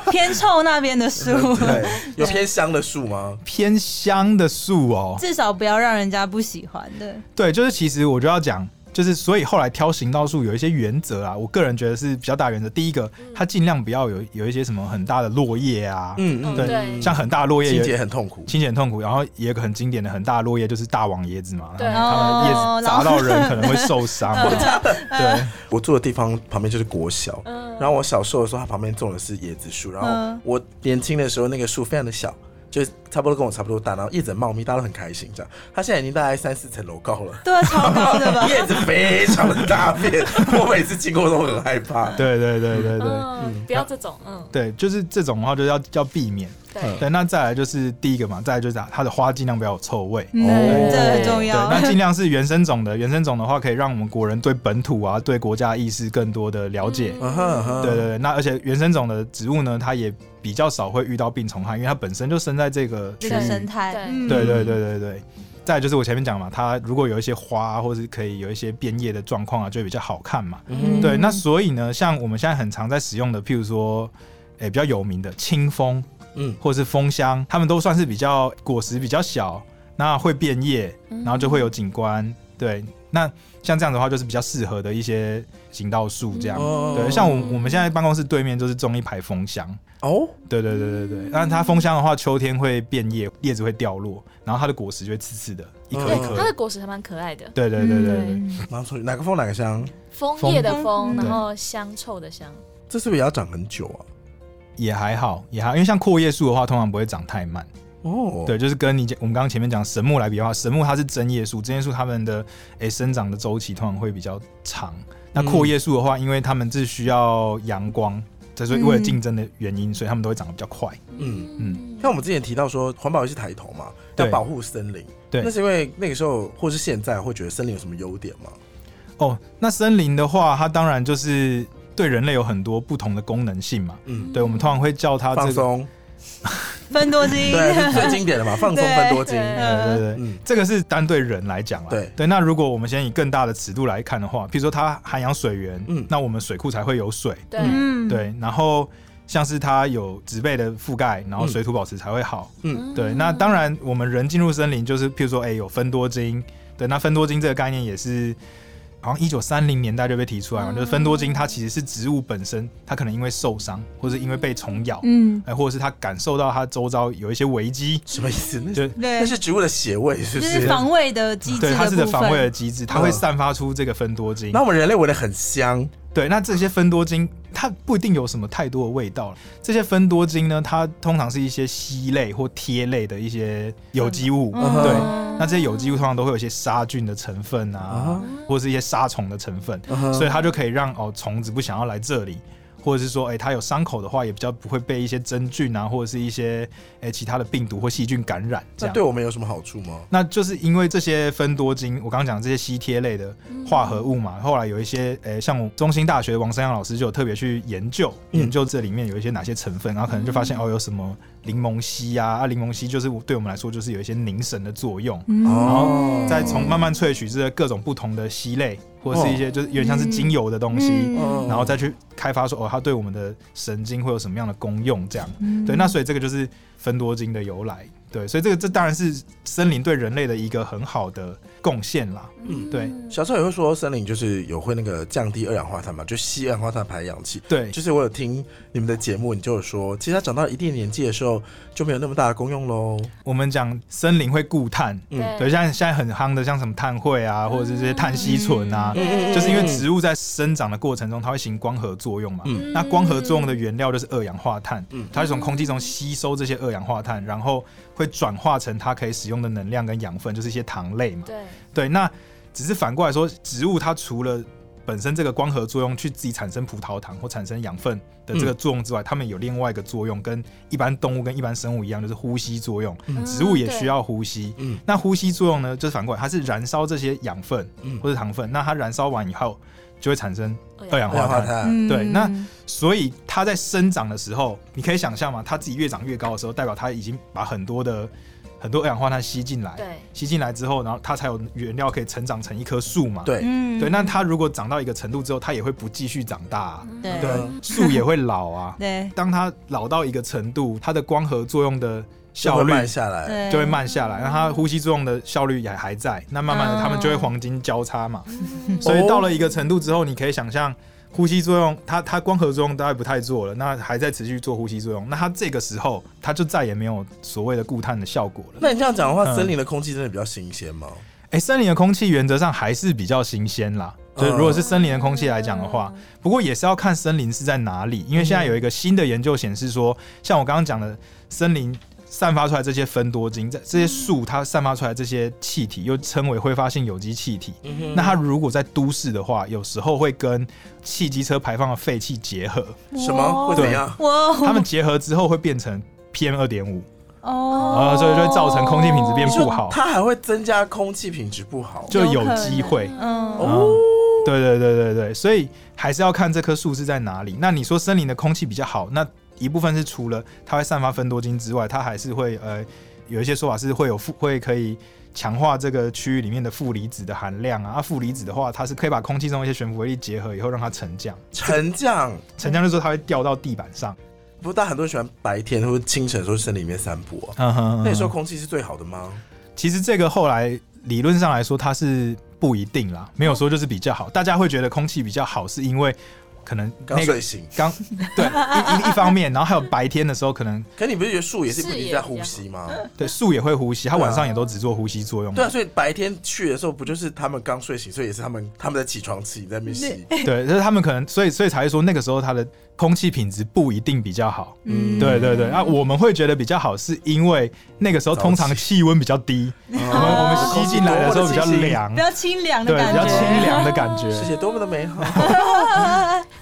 Speaker 3: 偏臭那边的树，
Speaker 2: 对，有偏香的树吗？
Speaker 4: *laughs* 偏乡的树哦，
Speaker 3: 至少不要让人家不喜欢的。
Speaker 4: 对，就是其实我就要讲，就是所以后来挑行道树有一些原则啊，我个人觉得是比较大原则。第一个，它尽量不要有有一些什么很大的落叶啊，
Speaker 2: 嗯
Speaker 1: 嗯
Speaker 2: 嗯，
Speaker 1: 对
Speaker 4: 像很大的落叶
Speaker 2: 清
Speaker 4: 也
Speaker 2: 洁很痛苦。
Speaker 4: 清洁很痛苦，然后也有个很经典的很大的落叶就是大王椰子嘛，
Speaker 1: 对
Speaker 4: 然后它们叶
Speaker 3: 哦
Speaker 4: 子砸到人可能会受伤，对，
Speaker 2: 我住的地方旁边就是国小，
Speaker 1: 嗯
Speaker 2: 然后我小时候的时候，它旁边种的是椰子树，然后
Speaker 3: 嗯
Speaker 2: 我年轻的时候那个树非常的小。就是差不多跟我差不多大，然后叶子很茂密，大家都很开心这样。它现在已经大概三四层楼高
Speaker 3: *laughs*
Speaker 2: 了，
Speaker 3: 对啊，超高的
Speaker 4: *laughs*
Speaker 3: 吧？
Speaker 2: 叶子非常的大片，我每次经过都很害怕。
Speaker 4: 对对对对对
Speaker 1: 嗯，不要这种，嗯，
Speaker 4: 对，就是这种的话就要要避免。
Speaker 1: 对，
Speaker 4: 对，那嗯再来就是第一个嘛，再来就是它的花尽量不要有臭味。
Speaker 2: 哦
Speaker 3: 嗯，这很重
Speaker 4: 对，
Speaker 3: 要
Speaker 4: 那。尽量是原生种的。原生种的话，可以让我们国人对本土啊、对国家意识更多的了解。
Speaker 2: 嗯哼嗯哼，
Speaker 4: 对对对，那而且原生种的植物呢，它也比较少会遇到病虫害，因为它本身就生在这个
Speaker 3: 这
Speaker 4: 区域。
Speaker 3: 个生态，
Speaker 1: 对
Speaker 3: 嗯
Speaker 4: 对对对对对。再来就是我前面讲嘛，它如果有一些花啊，或是可以有一些变叶的状况啊，就会比较好看嘛。
Speaker 2: 嗯
Speaker 4: 对，那所以呢，像我们现在很常在使用的，譬如说，诶、比较有名的清风，
Speaker 2: 嗯
Speaker 4: 或是枫香，它们都算是比较果实比较小，那会变叶，
Speaker 1: 嗯
Speaker 4: 然后就会有景观。对，那像这样的话，就是比较适合的一些行道树这样。
Speaker 1: 嗯
Speaker 2: 哦
Speaker 4: 对，像我我们现在办公室对面就是种一排枫香。
Speaker 2: 哦，
Speaker 4: 对对对对对，但它枫香的话，秋天会变叶，叶子会掉落，然后它的果实就会刺刺的，一颗一
Speaker 2: 嗯
Speaker 4: 颗
Speaker 1: 它
Speaker 4: 的。
Speaker 1: 的果实还蛮可爱的，
Speaker 4: 对对对对对，
Speaker 3: 嗯
Speaker 2: 拿出去哪个风哪个香，
Speaker 1: 枫
Speaker 4: 枫
Speaker 1: 叶的枫，
Speaker 3: 嗯
Speaker 1: 然后香臭的香，
Speaker 2: 这是不是也要长很久啊？
Speaker 4: 也还好，也还好因为像阔叶树的话，通常不会长太慢。
Speaker 2: 哦，
Speaker 4: 对，就是跟你讲，我们刚刚前面讲神木来比的话，神木它是针叶树，针叶树它们的诶、生长的周期通常会比较长。
Speaker 2: 嗯
Speaker 4: 那阔叶树的话，因为它们是需要阳光，这是为了
Speaker 3: 嗯
Speaker 4: 竞争的原因，所以它们都会长得比较快。
Speaker 2: 嗯
Speaker 1: 嗯
Speaker 2: 像我们之前提到说，环保意识抬头嘛，
Speaker 4: 对
Speaker 2: 要保护森林。
Speaker 4: 对
Speaker 2: 那是因为那个时候或是现在会觉得森林有什么优点吗？
Speaker 4: 哦，那森林的话，它当然就是对人类有很多不同的功能性嘛。
Speaker 2: 嗯，
Speaker 4: 对，我们通常会叫它
Speaker 2: 放
Speaker 4: 这个，
Speaker 2: 松，
Speaker 3: 分多精，
Speaker 2: 对，是最经
Speaker 4: *laughs*
Speaker 2: 典的嘛，放松分多金。
Speaker 1: 对
Speaker 4: 对对
Speaker 3: 呃，
Speaker 4: 对，
Speaker 2: 嗯，
Speaker 4: 这个是单对人来讲啦。
Speaker 2: 对
Speaker 4: 对，那如果我们先以更大的尺度来看的话，比如说它含氧水源，
Speaker 2: 嗯
Speaker 4: 嗯，那我们水库才会有水，
Speaker 1: 对
Speaker 3: 嗯，
Speaker 4: 对，然后像是它有植被的覆盖，
Speaker 3: 嗯
Speaker 4: 然后水土保持才会好。
Speaker 2: 嗯
Speaker 4: 对，那当然我们人进入森林，就是譬如说，哎、有分多精，对，那分多精这个概念也是。好像一九三零年代就被提出来嘛，
Speaker 1: 嗯
Speaker 4: 就是分多精，它其实是植物本身，它可能因为受伤，或者因为被虫咬，
Speaker 3: 嗯，
Speaker 4: 哎、或者是它感受到它周遭有一些危机，
Speaker 2: 什么意思？那
Speaker 4: 就是是
Speaker 3: 对
Speaker 2: 那，是植物的血味，是
Speaker 3: 就
Speaker 2: 不
Speaker 3: 是
Speaker 2: 是？
Speaker 3: 防卫的机制
Speaker 4: 对它是
Speaker 3: 部
Speaker 4: 的
Speaker 3: 分
Speaker 4: 防卫的机制，它会
Speaker 2: 嗯
Speaker 4: 散发出这个分多精。
Speaker 2: 那我们人类闻的很香，
Speaker 4: 对，那这些分多精它不一定有什么太多的味道。这些分多精呢，它通常是一些烯类或萜类的一些有机物。
Speaker 3: 嗯
Speaker 4: 对
Speaker 1: 嗯
Speaker 4: 那这些有机物通常都会有一些杀菌的成分啊，或是一些杀虫的成分，嗯
Speaker 2: 嗯
Speaker 4: 所以它就可以让哦虫子不想要来这里。或者是说，哎、它有伤口的话，也比较不会被一些真菌啊，或者是一些哎、其他的病毒或细菌感染。这
Speaker 2: 那
Speaker 4: 样
Speaker 2: 对，我们有什么好处吗？
Speaker 4: 那就是因为这些分多精，我刚刚讲这些烯萜类的化合物
Speaker 2: 嗯
Speaker 4: 嘛，后来有一些呃，像我中兴大学王生阳老师就有特别去研究、
Speaker 2: 嗯
Speaker 4: 研究这里面有一些哪些成分，然后可能就发现、哦，有什么柠檬烯啊，啊，柠檬烯就是对我们来说就是有一些凝神的作用，
Speaker 3: 嗯，
Speaker 2: 哦，
Speaker 4: 再从慢慢萃取这些各种不同的烯类，或是一些就是有点像是精油的东西。
Speaker 2: 哦嗯
Speaker 4: 然后再去开发说哦，它对我们的神经会有什么样的功用？这样、对，那所以这个就是分多精的由来。对，所以这个这当然是森林对人类的一个很好的贡献啦。
Speaker 2: 嗯
Speaker 4: 对
Speaker 2: 小时候也会说森林就是有会那个降低二氧化碳嘛，就吸二氧化碳排氧气。
Speaker 4: 对，
Speaker 2: 就是我有听你们的节目，你就有说，其实它长到一定年纪的时候就没有那么大的功用喽。
Speaker 4: 我们讲森林会固碳，
Speaker 2: 嗯
Speaker 4: 对，像现在很夯的像什么碳汇啊，或者是这些碳吸存啊，
Speaker 1: 嗯
Speaker 4: 就是因为植物在生长的过程中，它会行光合作用嘛。
Speaker 2: 嗯
Speaker 4: 那光合作用的原料就是二氧化碳，
Speaker 2: 嗯
Speaker 4: 它会从空气中吸收这些二氧化碳，然后会转化成它可以使用的能量跟养分，就是一些糖类嘛。
Speaker 1: 嗯对，
Speaker 4: 对，那只是反过来说，植物它除了本身这个光合作用去自己产生葡萄糖或产生养分的这个
Speaker 2: 嗯
Speaker 4: 作用之外，它们有另外一个作用，跟一般动物跟一般生物一样，就是呼吸作用。
Speaker 2: 嗯
Speaker 4: 植物也
Speaker 1: 对
Speaker 4: 需要呼吸，
Speaker 2: 嗯
Speaker 4: 那呼吸作用呢，就是反过来，它是燃烧这些养分
Speaker 2: 嗯，
Speaker 4: 或者糖分，那它燃烧完以后就会产生二
Speaker 1: 二
Speaker 4: 氧
Speaker 2: 二氧
Speaker 4: 化
Speaker 2: 化
Speaker 4: 碳。
Speaker 2: 碳，
Speaker 3: 嗯
Speaker 4: 对那所以它在生长的时候，你可以想象嘛，它自己越长越高的时候，代表它已经把很多的很多二氧化碳吸进来，
Speaker 1: 对，
Speaker 4: 吸进来之后，然后它才有原料可以成长成一棵树嘛。
Speaker 2: 对，
Speaker 3: 嗯
Speaker 4: 对，那它如果长到一个程度之后，它也会不继续长大、啊，
Speaker 1: 嗯
Speaker 3: 对。
Speaker 2: 对
Speaker 4: 树也会老啊
Speaker 3: 对
Speaker 4: 当它老到一个程度，它的光合作用的
Speaker 2: 就
Speaker 4: 效
Speaker 2: 会
Speaker 4: 率
Speaker 2: 慢下来。
Speaker 3: 对
Speaker 4: 就会慢下来，那它呼吸作用的效率也还在，那慢慢的
Speaker 3: 哦
Speaker 4: 它们就会黄金交叉嘛。
Speaker 1: 嗯
Speaker 4: 所以到了一个程度之后，你可以想象呼吸作用，它它光合作用大概不太做了，那还在持续做呼吸作用，那它这个时候它就再也没有所谓的固碳的效果了。
Speaker 2: 那你这样讲的话，
Speaker 4: 嗯
Speaker 2: 森林的空气真的比较新鲜吗？
Speaker 4: 哎、森林的空气原则上还是比较新鲜啦，就是如果是森林的空气来讲的话，不过也是要看森林是在哪里，因为现在有一个新的研究显示说，像我刚刚讲的，森林散发出来这些芬多精，在这些树它散发出来这些气体，又称为挥发性有机气体。那它如果在都市的话，有时候会跟汽机车排放的废气结合，
Speaker 2: 什么会怎
Speaker 4: 对
Speaker 2: 样？
Speaker 4: 它
Speaker 3: 哇
Speaker 4: 们结合之后会变成 PM 二点五，
Speaker 3: 哦
Speaker 4: 呃所以就会造成空气品质变不好
Speaker 2: 它还会增加空气品质不好。
Speaker 4: 就
Speaker 3: 有
Speaker 4: 有
Speaker 3: 可
Speaker 4: 机会。
Speaker 3: 嗯
Speaker 4: 啊对对对对对，所以还是要看这棵树是在哪里。那你说森林的空气比较好，那一部分是除了它会散发芬多精之外，它还是会呃有一些说法是会有负会可以强化这个区域里面的负离子的含量啊。啊负离子的话，它是可以把空气中一些悬浮微粒结合以后让它沉降，
Speaker 2: 沉降，
Speaker 4: 沉降的时候它会掉到地板上。
Speaker 2: 不但很多人喜欢白天或者清晨的时候去森林里面散步啊。
Speaker 4: 嗯哼
Speaker 2: 那你说空气是最好的吗？
Speaker 4: 其实这个后来理论上来说，它是不一定啦，没有说就是比较好。大家会觉得空气比较好，是因为可能
Speaker 2: 刚
Speaker 4: 那个
Speaker 2: 睡醒，
Speaker 4: 刚对一一一方面，然后还有白天的时候，可能
Speaker 2: 可你不是觉得树也是
Speaker 1: 视
Speaker 2: 不一定
Speaker 1: 野
Speaker 2: 在
Speaker 1: 比
Speaker 2: 呼
Speaker 1: 较
Speaker 2: 吸吗？
Speaker 4: 对树也会呼吸，它
Speaker 2: 对啊
Speaker 4: 晚上也都只做呼吸作用
Speaker 2: 对
Speaker 4: 嘛。
Speaker 2: 啊，所以白天去的时候，不就是他们刚睡醒，所以也是他们他们的起床气在那边吸。
Speaker 4: 对，就是他们可能，所以所以才会说那个时候它的空气品质不一定比较好。
Speaker 2: 嗯
Speaker 4: 对对对，啊，我们会觉得比较好，是因为那个时候通常
Speaker 2: 早
Speaker 4: 气温比较低，
Speaker 3: 哦
Speaker 4: 我们哦我们吸进来的时候比较凉
Speaker 3: 比，较清凉的
Speaker 4: 对，
Speaker 3: 感
Speaker 4: 比
Speaker 3: 觉，
Speaker 4: 较清凉的感觉。
Speaker 2: *laughs* 世界多么的美好！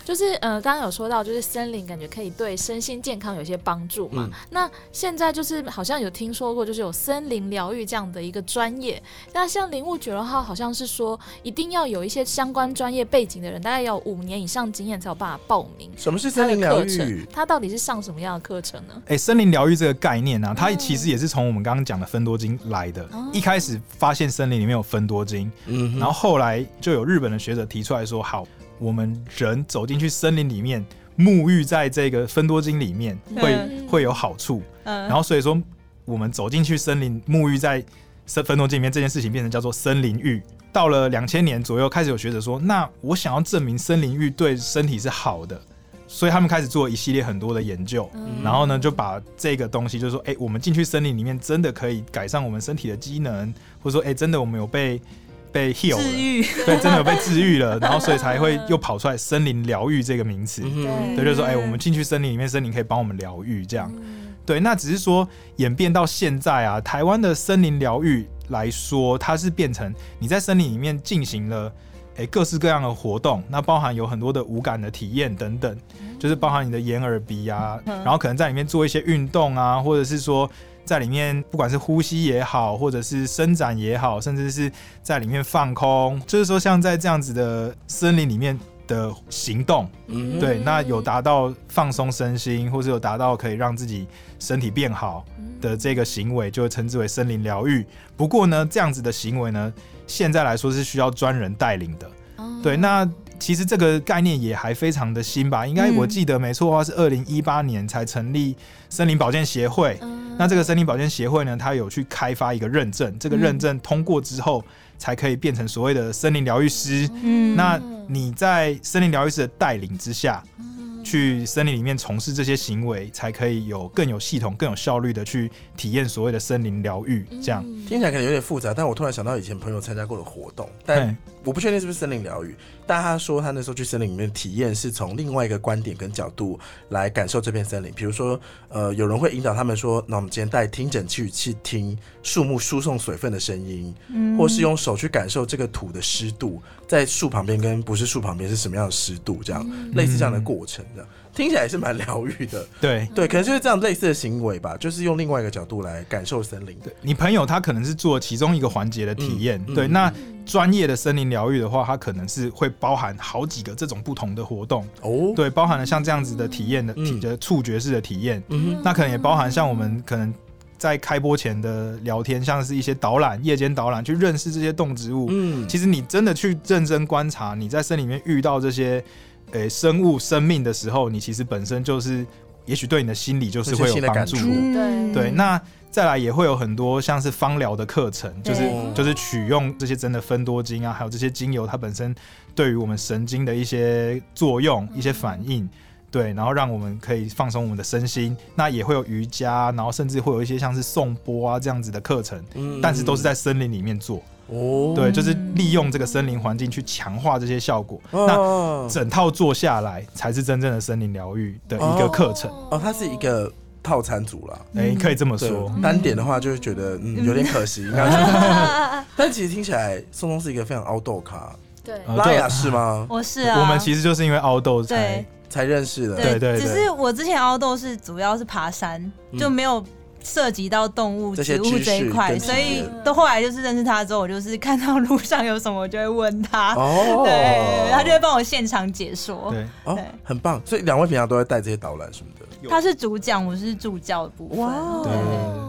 Speaker 1: 就是呃，刚刚有说到，就是森林感觉可以对身心健康有一些帮助嘛。
Speaker 2: 嗯
Speaker 1: 那现在就是好像有听说过，就是有森林疗愈这样的一个专业。那像林务局的话，好像是说一定要有一些相关专业背景的人，大概要有五年以上经验才有办法报名。
Speaker 2: 什么是
Speaker 1: 他
Speaker 2: 森
Speaker 1: 的
Speaker 2: 林疗
Speaker 1: 课程
Speaker 2: 愈，？
Speaker 1: 他到底是上什么样的课程呢？
Speaker 4: 哎、森林疗愈这个概念呢、啊，
Speaker 3: 嗯
Speaker 4: 它其实也是从我们刚刚讲的芬多精来的。
Speaker 1: 哦
Speaker 4: 一开始发现森林里面有芬多精，
Speaker 2: 嗯哼，
Speaker 4: 然后后来就有日本的学者提出来说，好，我们人走进去森林里面，沐浴在这个芬多精里面，会、
Speaker 1: 嗯
Speaker 4: 会有好处。
Speaker 3: 嗯
Speaker 4: 然后所以说，我们走进去森林，沐浴在森芬多精里面这件事情，变成叫做森林浴。到了两千年左右，开始有学者说，那我想要证明森林浴对身体是好的，所以他们开始做一系列很多的研究。
Speaker 1: 嗯
Speaker 4: 然后呢，就把这个东西，就是说，哎、我们进去森林里面，真的可以改善我们身体的机能，或者说，哎、真的我们有被被 heal
Speaker 3: 治
Speaker 4: 了，
Speaker 3: 愈，
Speaker 4: 对，真的有被治愈了，然后所以才会又跑出来“森林疗愈”这个名词。
Speaker 2: 嗯哼
Speaker 4: 对，就是说，哎、我们进去森林里面，森林可以帮我们疗愈，这样。对，那只是说演变到现在啊，台湾的森林疗愈来说，它是变成你在森林里面进行了。诶，各式各样的活动，那包含有很多的无感的体验等等，就是包含你的眼、耳、鼻啊，
Speaker 3: 嗯
Speaker 4: 然后可能在里面做一些运动啊，或者是说在里面不管是呼吸也好，或者是伸展也好，甚至是在里面放空，就是说像在这样子的森林里面的行动，
Speaker 2: 嗯哼
Speaker 4: 对，那有达到放松身心，或是有达到可以让自己身体变好
Speaker 1: 嗯
Speaker 4: 的这个行为，就会称之为森林疗愈。不过呢，这样子的行为呢，现在来说是需要专人带领的。
Speaker 1: 嗯
Speaker 4: 对，那其实这个概念也还非常的新吧？应该
Speaker 3: 嗯
Speaker 4: 我记得没错的话，是二零一八年才成立森林保健协会。
Speaker 1: 嗯
Speaker 4: 那这个森林保健协会呢，它有去开发一个认证，这个认证通过之后，才可以变成所谓的森林疗愈师。
Speaker 3: 嗯
Speaker 4: 那你在森林疗愈师的带领之下，
Speaker 2: 嗯
Speaker 4: 去森林里面从事这些行为，才可以有更有系统、更有效率的去体验所谓的森林疗愈。
Speaker 2: 嗯
Speaker 4: 这样，
Speaker 1: 嗯
Speaker 2: 听起来可能有点复杂，但我突然想到以前朋友参加过的活动，但
Speaker 4: 嘿
Speaker 2: 我不确定是不是森林疗愈，但他说他那时候去森林里面体验是从另外一个观点跟角度来感受这片森林，比如说，呃，有人会引导他们说，那我们今天带听诊器去听树木输送水分的声音，
Speaker 4: 嗯
Speaker 2: 或是用手去感受这个土的湿度，在树旁边跟不是树旁边是什么样的湿度，这样
Speaker 4: 嗯
Speaker 2: 类似这样的过程的，听起来也是蛮疗愈的，
Speaker 4: 对。
Speaker 2: 对，可能就是这样类似的行为吧，就是用另外一个角度来感受森林。
Speaker 4: 对你朋友他可能是做其中一个环节的体验，
Speaker 2: 嗯嗯
Speaker 4: 对。那专业的森林疗愈的话，它可能是会包含好几个这种不同的活动，
Speaker 2: 哦，
Speaker 4: 对，包含了像这样子的体验的
Speaker 2: 嗯
Speaker 4: 体的触觉式的体验，
Speaker 2: 嗯哼。
Speaker 4: 那可能也包含像我们可能在开播前的聊天，像是一些导览、夜间导览，去认识这些动植物。
Speaker 2: 嗯
Speaker 4: 其实你真的去认真观察，你在森林里面遇到这些诶、生物生命的时候，你其实本身就是，也许对你的心理就是
Speaker 2: 有
Speaker 4: 会
Speaker 2: 些新
Speaker 4: 有
Speaker 2: 的感
Speaker 4: 帮助。
Speaker 2: 触
Speaker 3: 嗯
Speaker 1: 对
Speaker 4: 对，那再来也会有很多像是芳疗的课程，就是
Speaker 1: 嗯
Speaker 2: 对
Speaker 4: 就是取用这些真的芬多精啊，还有这些精油它本身对于我们神经的一些作用、一些反应。对，然后让我们可以放松我们的身心，那也会有瑜伽，然后甚至会有一些像是颂钵啊这样子的课程，
Speaker 2: 嗯
Speaker 4: 但是都是在森林里面做。
Speaker 2: 哦，
Speaker 4: 对，就是利用这个森林环境去强化这些效果。那
Speaker 2: 哦
Speaker 4: 整套做下来，才是真正的森林疗愈的一个课程。
Speaker 2: 哦，它是一个套餐组啦。
Speaker 4: 哎、可以这么
Speaker 2: 对
Speaker 4: 说。
Speaker 3: 嗯
Speaker 2: 单点的话，就会觉得嗯有点可惜，
Speaker 4: *laughs*
Speaker 2: 应该是但其实听起来，宋东是一个非常凹豆咖，
Speaker 1: 对，
Speaker 4: 呃
Speaker 2: 拉
Speaker 4: 对
Speaker 2: 雅是吗？
Speaker 3: *laughs* 我是啊，
Speaker 4: 我们其实就是因为凹豆才
Speaker 3: 对
Speaker 2: 才认识的，
Speaker 4: 对对
Speaker 3: 只是我之前凹豆是主要是爬山，就没有。涉及到动
Speaker 2: 嗯
Speaker 3: 物、
Speaker 2: 这些
Speaker 3: 植物
Speaker 2: 知
Speaker 3: 这
Speaker 2: 识
Speaker 3: 一块，
Speaker 2: 跟
Speaker 3: 所
Speaker 2: 经
Speaker 3: 以
Speaker 2: 验
Speaker 3: 到后来就是认识他之后，我就是看到路上有什么，我就会问他，
Speaker 2: 哦，
Speaker 3: 对，他就会帮我现场解说。
Speaker 4: 对，
Speaker 2: 哦
Speaker 3: 对，
Speaker 2: 很棒。所以两位平常都在带这些导览什么的。
Speaker 3: 他是主讲，我是助教的部分。
Speaker 2: 哇
Speaker 4: 对
Speaker 3: 对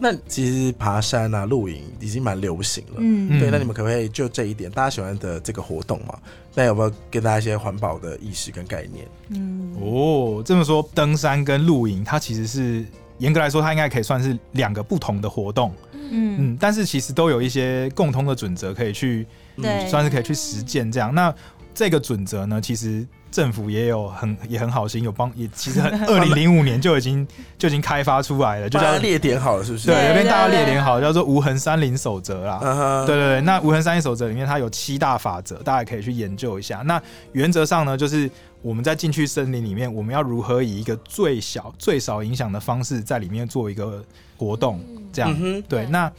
Speaker 2: 那其实爬山啊、露营已经蛮流行了，
Speaker 3: 嗯，
Speaker 2: 对，
Speaker 4: 嗯
Speaker 2: 那你们可不可以就这一点，大家喜欢的这个活动嘛？那有没有给大家一些环保的意识跟概念？
Speaker 3: 嗯
Speaker 4: 哦，这么说，登山跟露营，它其实是严格来说，它应该可以算是两个不同的活动，
Speaker 3: 嗯，
Speaker 4: 嗯，但是其实都有一些共通的准则可以去，
Speaker 3: 嗯对，
Speaker 4: 嗯算是可以去实践这样。那这个准则呢，其实。政府也有很也很好心，有帮也其
Speaker 3: *laughs*
Speaker 4: 实很二零零五年就已经就已经开发出来了，就
Speaker 2: 就大
Speaker 4: 叫
Speaker 2: 家列点好了，是不是？
Speaker 4: 对，
Speaker 3: 对
Speaker 4: 有边大家
Speaker 3: 对
Speaker 4: 列点好，叫做无痕山林守则啦。
Speaker 2: 嗯哼，
Speaker 4: 对对对，那无痕三一守则里面它有七大法则，大家可以去研究一下。那原则上呢，就是我们在进去森林里面，我们要如何以一个最小、最少影响的方式，在里面做一个活动，这样。
Speaker 2: 嗯哼，
Speaker 4: 对，那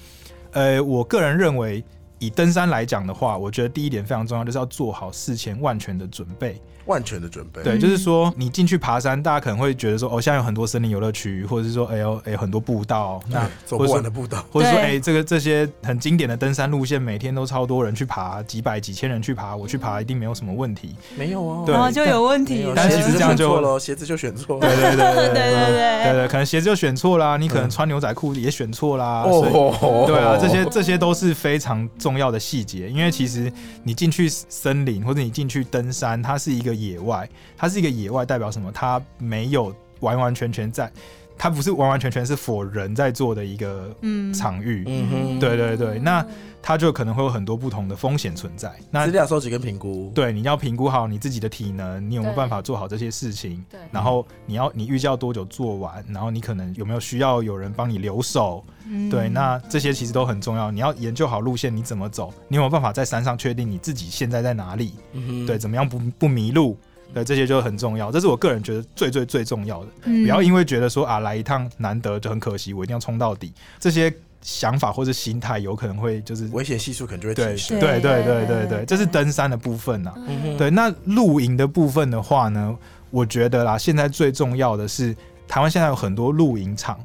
Speaker 4: 呃，我个人认为，以登山来讲的话，我觉得第一点非常重要，就是要做好事前万全的准备。
Speaker 2: 万全的准备。哎
Speaker 4: 对，就是说你进去爬山，大家可能会觉得说，哦，现在有很多森林游乐区，或者是说，哎呦，哎，很多步道，那
Speaker 2: 哎走
Speaker 4: 或
Speaker 2: 不
Speaker 4: 者
Speaker 2: 完
Speaker 4: 说
Speaker 2: 的步道。
Speaker 4: 或者说，
Speaker 3: 对
Speaker 4: 哎、这个这些很经典的登山路线，每天都超多人去爬，几百几千人去爬，我去爬一定没有什么问题。
Speaker 2: 没有哦
Speaker 4: 对
Speaker 3: 然后就有啊问题
Speaker 2: 没有啊
Speaker 3: 了。
Speaker 4: 但
Speaker 2: 鞋
Speaker 4: 其
Speaker 2: 子
Speaker 4: 实
Speaker 2: 就
Speaker 4: 这样
Speaker 2: 选
Speaker 4: 就
Speaker 2: 错了，鞋子就选错了。
Speaker 4: 对对对对
Speaker 3: 对对
Speaker 4: 对
Speaker 3: 对，
Speaker 4: 对，可能鞋子就选错啦，你可能
Speaker 2: 嗯
Speaker 4: 穿牛仔裤也选错啦。所
Speaker 2: *laughs*
Speaker 4: 以
Speaker 2: 哦
Speaker 4: 对啊，这些这些都是非常重要的细节，因为其实你进去森林或者你进去登山，它是一个野外，它是一个野外代表什么？它没有完完全全在，它不是完完全全是否人在做的一个
Speaker 3: 嗯，
Speaker 4: 场域。
Speaker 2: 嗯哼，
Speaker 4: 对对对，那它就可能会有很多不同的风险存在。那
Speaker 2: 资料收集跟评估。
Speaker 4: 对，你要评估好你自己的体能，你有没有
Speaker 1: 对
Speaker 4: 办法做好这些事情，
Speaker 1: 对，
Speaker 4: 然后你要你预计要多久做完，然后你可能有没有需要有人帮你留守，
Speaker 3: 嗯
Speaker 4: 对，那这些其实都很重要。你要研究好路线，你怎么走，你有没有办法在山上确定你自己现在在哪里，
Speaker 2: 嗯哼嗯
Speaker 4: 对，，怎么样不不迷路，对，这些就很重要。这是我个人觉得最最最重要的。
Speaker 3: 不
Speaker 4: 不
Speaker 2: 嗯
Speaker 4: 要因为觉得说啊来一趟难得就很可惜，我一定要冲到底，这些想法或者心态有可能会就是
Speaker 2: 危险系数可能就会
Speaker 4: 对
Speaker 2: 提升。
Speaker 4: 对
Speaker 3: 对
Speaker 4: 对对
Speaker 3: 对
Speaker 4: 对对，这是登山的部分啊呐、
Speaker 2: 嗯哼，
Speaker 4: 对，那露营的部分的话呢，我觉得啦，现在最重要的是台湾现在有很多露营场，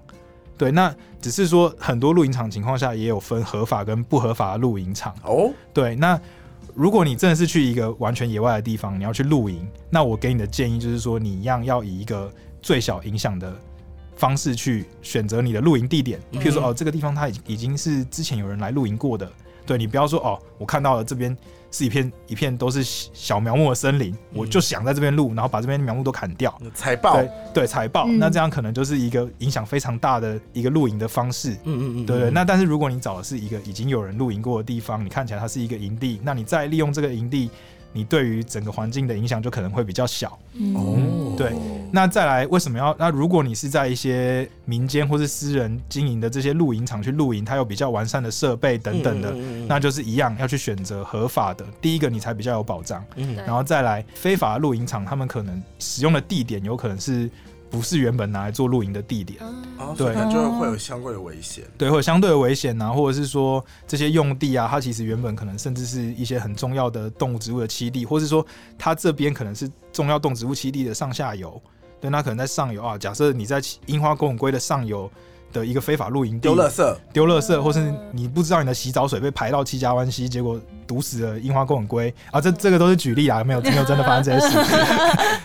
Speaker 4: 对，那只是说很多露营场情况下也有分合法跟不合法的露营场，
Speaker 2: 哦，
Speaker 4: 对，那。如果你真的是去一个完全野外的地方，你要去露营，那我给你的建议就是说，你一样要以一个最小影响的方式去选择你的露营地点。譬如说，
Speaker 2: 嗯
Speaker 4: 哦，这个地方它已已经是之前有人来露营过的，对你不要说哦，我看到了这边是一片一片都是小苗木的森林，我就想在这边录，然后把这边苗木都砍掉。
Speaker 2: 财嗯报，
Speaker 4: 对对，采报，
Speaker 3: 嗯
Speaker 4: 那这样可能就是一个影响非常大的一个露营的方式。
Speaker 2: 嗯嗯嗯
Speaker 4: 对对，那但是如果你找的是一个已经有人露营过的地方，你看起来它是一个营地，那你再利用这个营地，你对于整个环境的影响就可能会比较小。
Speaker 1: 嗯，
Speaker 2: 哦，
Speaker 4: 对，那再来，为什么要？那如果你是在一些民间或是私人经营的这些露营场去露营，它有比较完善的设备等等的，
Speaker 2: 嗯嗯嗯嗯
Speaker 4: 那就是一样要去选择合法的。第一个，你才比较有保障。
Speaker 2: 嗯
Speaker 1: 对
Speaker 4: 然后再来非法露营场，他们可能使用的地点有可能是不是原本拿来做露营的地点，
Speaker 1: 嗯
Speaker 2: 哦，所
Speaker 4: 对
Speaker 2: 以它就会有相关的危险。
Speaker 4: 对，或者相对的危险啊，或者是说这些用地啊，它其实原本可能甚至是一些很重要的动物植物的栖地，或是说它这边可能是重要动植物栖地的上下游，对，那可能在上游啊，假设你在樱花公吻龟的上游。的一个非法露营地
Speaker 2: 丢垃圾，
Speaker 4: 丢垃圾，或是
Speaker 3: 嗯
Speaker 4: 你不知道你的洗澡水被排到七家湾溪，结果毒死了樱花公吻龟啊！这这个都是举例啊，没有没有真的发生这些
Speaker 3: *laughs*
Speaker 4: 事。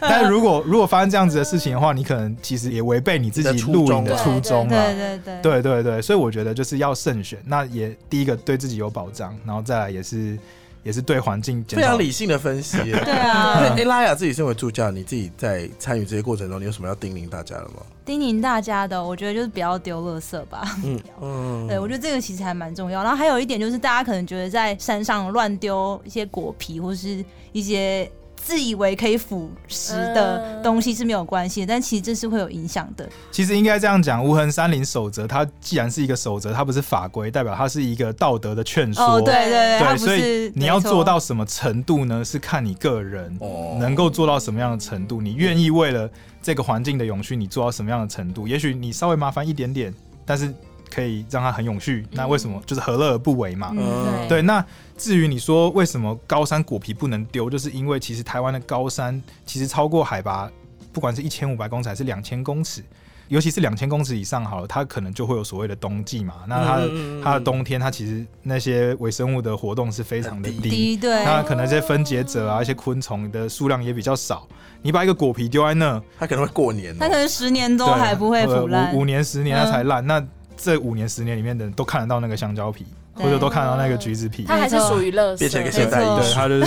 Speaker 4: 但是如果如果发生这样子的事情的话，你可能其实也违背你自
Speaker 2: 你的
Speaker 4: 己
Speaker 2: 初啊
Speaker 4: 露营的
Speaker 1: 衷
Speaker 4: 初衷啊了。
Speaker 3: 对对对，
Speaker 4: 对对对，所以我觉得就是要慎选。那也第一个对自己有保障，然后再来也是也是对环境减
Speaker 2: 非
Speaker 4: 少
Speaker 2: 常。理性的分
Speaker 4: *laughs*
Speaker 2: 析耶。
Speaker 3: 对啊，
Speaker 2: 哎，拉雅自己身为助教，你自己在参与这些过程中，你有什么要叮咛大家的吗？
Speaker 3: 叮咛大家的，我觉得就是不要丢垃圾吧。
Speaker 2: 嗯嗯
Speaker 3: 对，我觉得这个其实还蛮重要。然后还有一点就是，大家可能觉得在山上乱丢一些果皮或是一些自以为可以腐蚀的
Speaker 1: 嗯
Speaker 3: 东西是没有关系的，但其实这是会有影响的。
Speaker 4: 其实应该这样讲，无痕山林守则，它既然是一个守则，它不是法规，代表它是一个道德的劝说。
Speaker 3: 哦，对对对，它
Speaker 4: 对，
Speaker 3: 不
Speaker 4: 所
Speaker 3: 是
Speaker 4: 以你要做。
Speaker 3: 没
Speaker 4: 到什么程度呢？是看你个人
Speaker 2: 哦
Speaker 4: 能够做到什么样的程度，你愿意为了这个环境的永续，你做到什么样的程度？也许你稍微麻烦一点点，但是可以让它很永续，那为什么就是何乐而不为嘛？
Speaker 3: 嗯
Speaker 2: 嗯
Speaker 4: 对，那至于你说为什么高山果皮不能丢，就是因为其实台湾的高山其实超过海拔，不管是一千五百公尺还是两千公尺，尤其是两千公尺以上好了，它可能就会有所谓的冬季嘛。那它的、
Speaker 2: 嗯
Speaker 4: 它的冬天，它其实那些微生物的活动是非常的
Speaker 2: 很
Speaker 3: 错第一对，
Speaker 4: 那可能这些分解者啊，一些昆虫的数量也比较少。你把一个果皮丢在那，
Speaker 2: 他可能会过年哦，
Speaker 3: 它可能十年都
Speaker 4: 对
Speaker 3: 还不会
Speaker 4: 呃
Speaker 3: 腐烂
Speaker 4: 五，五年十年它
Speaker 3: 嗯
Speaker 4: 才烂。那这五年十年里面的人都看得到那个香蕉皮，或者都看得到那个橘子皮。
Speaker 1: 它还是属于乐色，
Speaker 2: 变成一个现
Speaker 3: 嗯
Speaker 2: 代艺
Speaker 4: 对，
Speaker 2: 术。
Speaker 4: 它就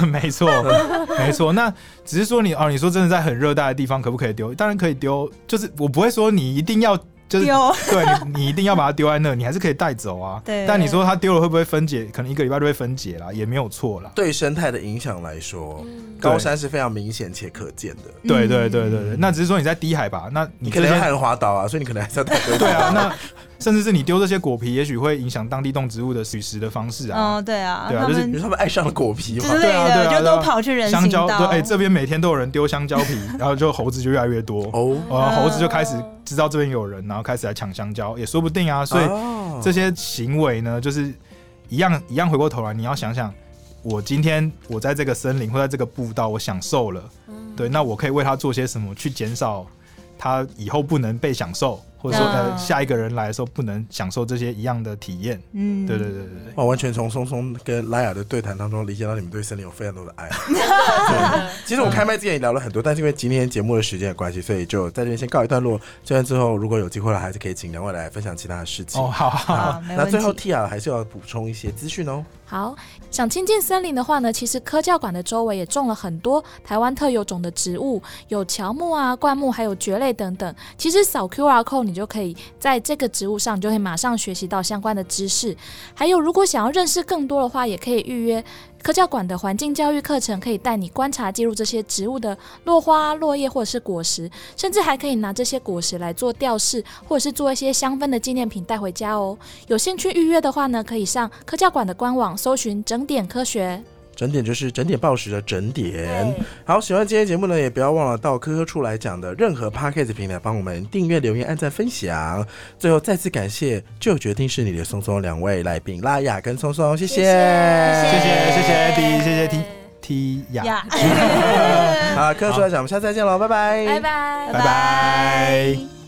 Speaker 4: 是 *laughs* 没错，没错。那只是说你哦，你说真的在很热带的地方可不可以丢？当然可以丢，就是我不会说你一定要就是
Speaker 3: 丢
Speaker 4: 对你你一定要把它丢在那，你还是可以带走啊。
Speaker 3: *laughs* 对
Speaker 4: 但你说它丢了会不会分解？可能一个礼拜就会分解啦，也没有错啦。
Speaker 2: 对生态的影响来说，高山是非常明显且可见的。
Speaker 3: 嗯
Speaker 4: 对对对对对，那只是说你在低海拔，那你
Speaker 2: 你
Speaker 4: 这
Speaker 2: 可能要
Speaker 4: 些
Speaker 2: 旱滑倒啊，所以你可能还是要带
Speaker 4: *laughs*
Speaker 2: 回
Speaker 4: 对啊，那甚至是你丢这些果皮，也许会影响当地动植物的取食的方式啊。
Speaker 3: 嗯，对啊，
Speaker 4: 对啊
Speaker 3: 他
Speaker 4: 就是
Speaker 2: 你
Speaker 3: 们
Speaker 2: 说他们爱上了果皮
Speaker 3: 之
Speaker 2: 嘛？
Speaker 3: 类
Speaker 4: 对啊对
Speaker 3: 的
Speaker 4: 啊
Speaker 3: 就
Speaker 4: 对啊
Speaker 3: 都跑去人
Speaker 4: 香
Speaker 3: 行
Speaker 4: 蕉对，
Speaker 3: 道，
Speaker 4: 哎、这边每天都有人丢香蕉皮，然后就猴子就越来越多。
Speaker 2: 哦，
Speaker 4: 呃，猴子就开始知道这边有人，然后开始来抢香蕉，也说不定啊。所以
Speaker 2: 哦
Speaker 4: 这些行为呢，就是一样一样回过头来，你要想想，我今天我在这个森林或在这个步道，我享受了，对，那我可以为他做些什么，去减少他以后不能被享受，或者说
Speaker 3: 嗯
Speaker 4: 呃下一个人来的时候不能享受这些一样的体验。
Speaker 3: 嗯，
Speaker 4: 对对对对对。
Speaker 2: 我完全从松松跟拉雅的对谈当中理解到你们对森林有非常多的爱。其实我们开麦之前也聊了很多，但是因为今天节目的时间的关系，所以就在这边先告一段落。虽然之后如果有机会了，还是可以请两位来分享其他的事情。
Speaker 4: 哦，好 *laughs* 好好，
Speaker 3: 好，没
Speaker 2: 那
Speaker 3: 问
Speaker 2: 最后
Speaker 3: 题。
Speaker 2: Tia 还是要补充一些资讯哦。
Speaker 1: 好，想亲近森林的话呢，其实科教馆的周围也种了很多台湾特有种的植物，有乔木啊、灌木，还有蕨类等等。其实扫 QR code，你就可以在这个植物上，你就可以马上学习到相关的知识。还有，如果想要认识更多的话，也可以预约科教馆的环境教育课程，可以带你观察记录这些植物的落花、落叶或者是果实，甚至还可以拿这些果实来做吊饰，或者是做一些香氛的纪念品带回家哦。有兴趣预约的话呢，可以上科教馆的官网搜寻“整点科学
Speaker 2: 整点就是整点报时的整点。好，喜欢今天节目呢，也不要忘了到科科处来讲的任何 podcast 平台帮我们订阅、留言、按赞、分享。最后再次感谢就决定是你的松松两位来宾拉雅跟松松，谢谢。
Speaker 4: 谢谢谢谢 D，谢谢 T T 雅， *laughs*
Speaker 3: 呀，
Speaker 2: 好，科科处来讲，我们下次再见喽，拜拜，
Speaker 1: 拜拜
Speaker 4: 拜拜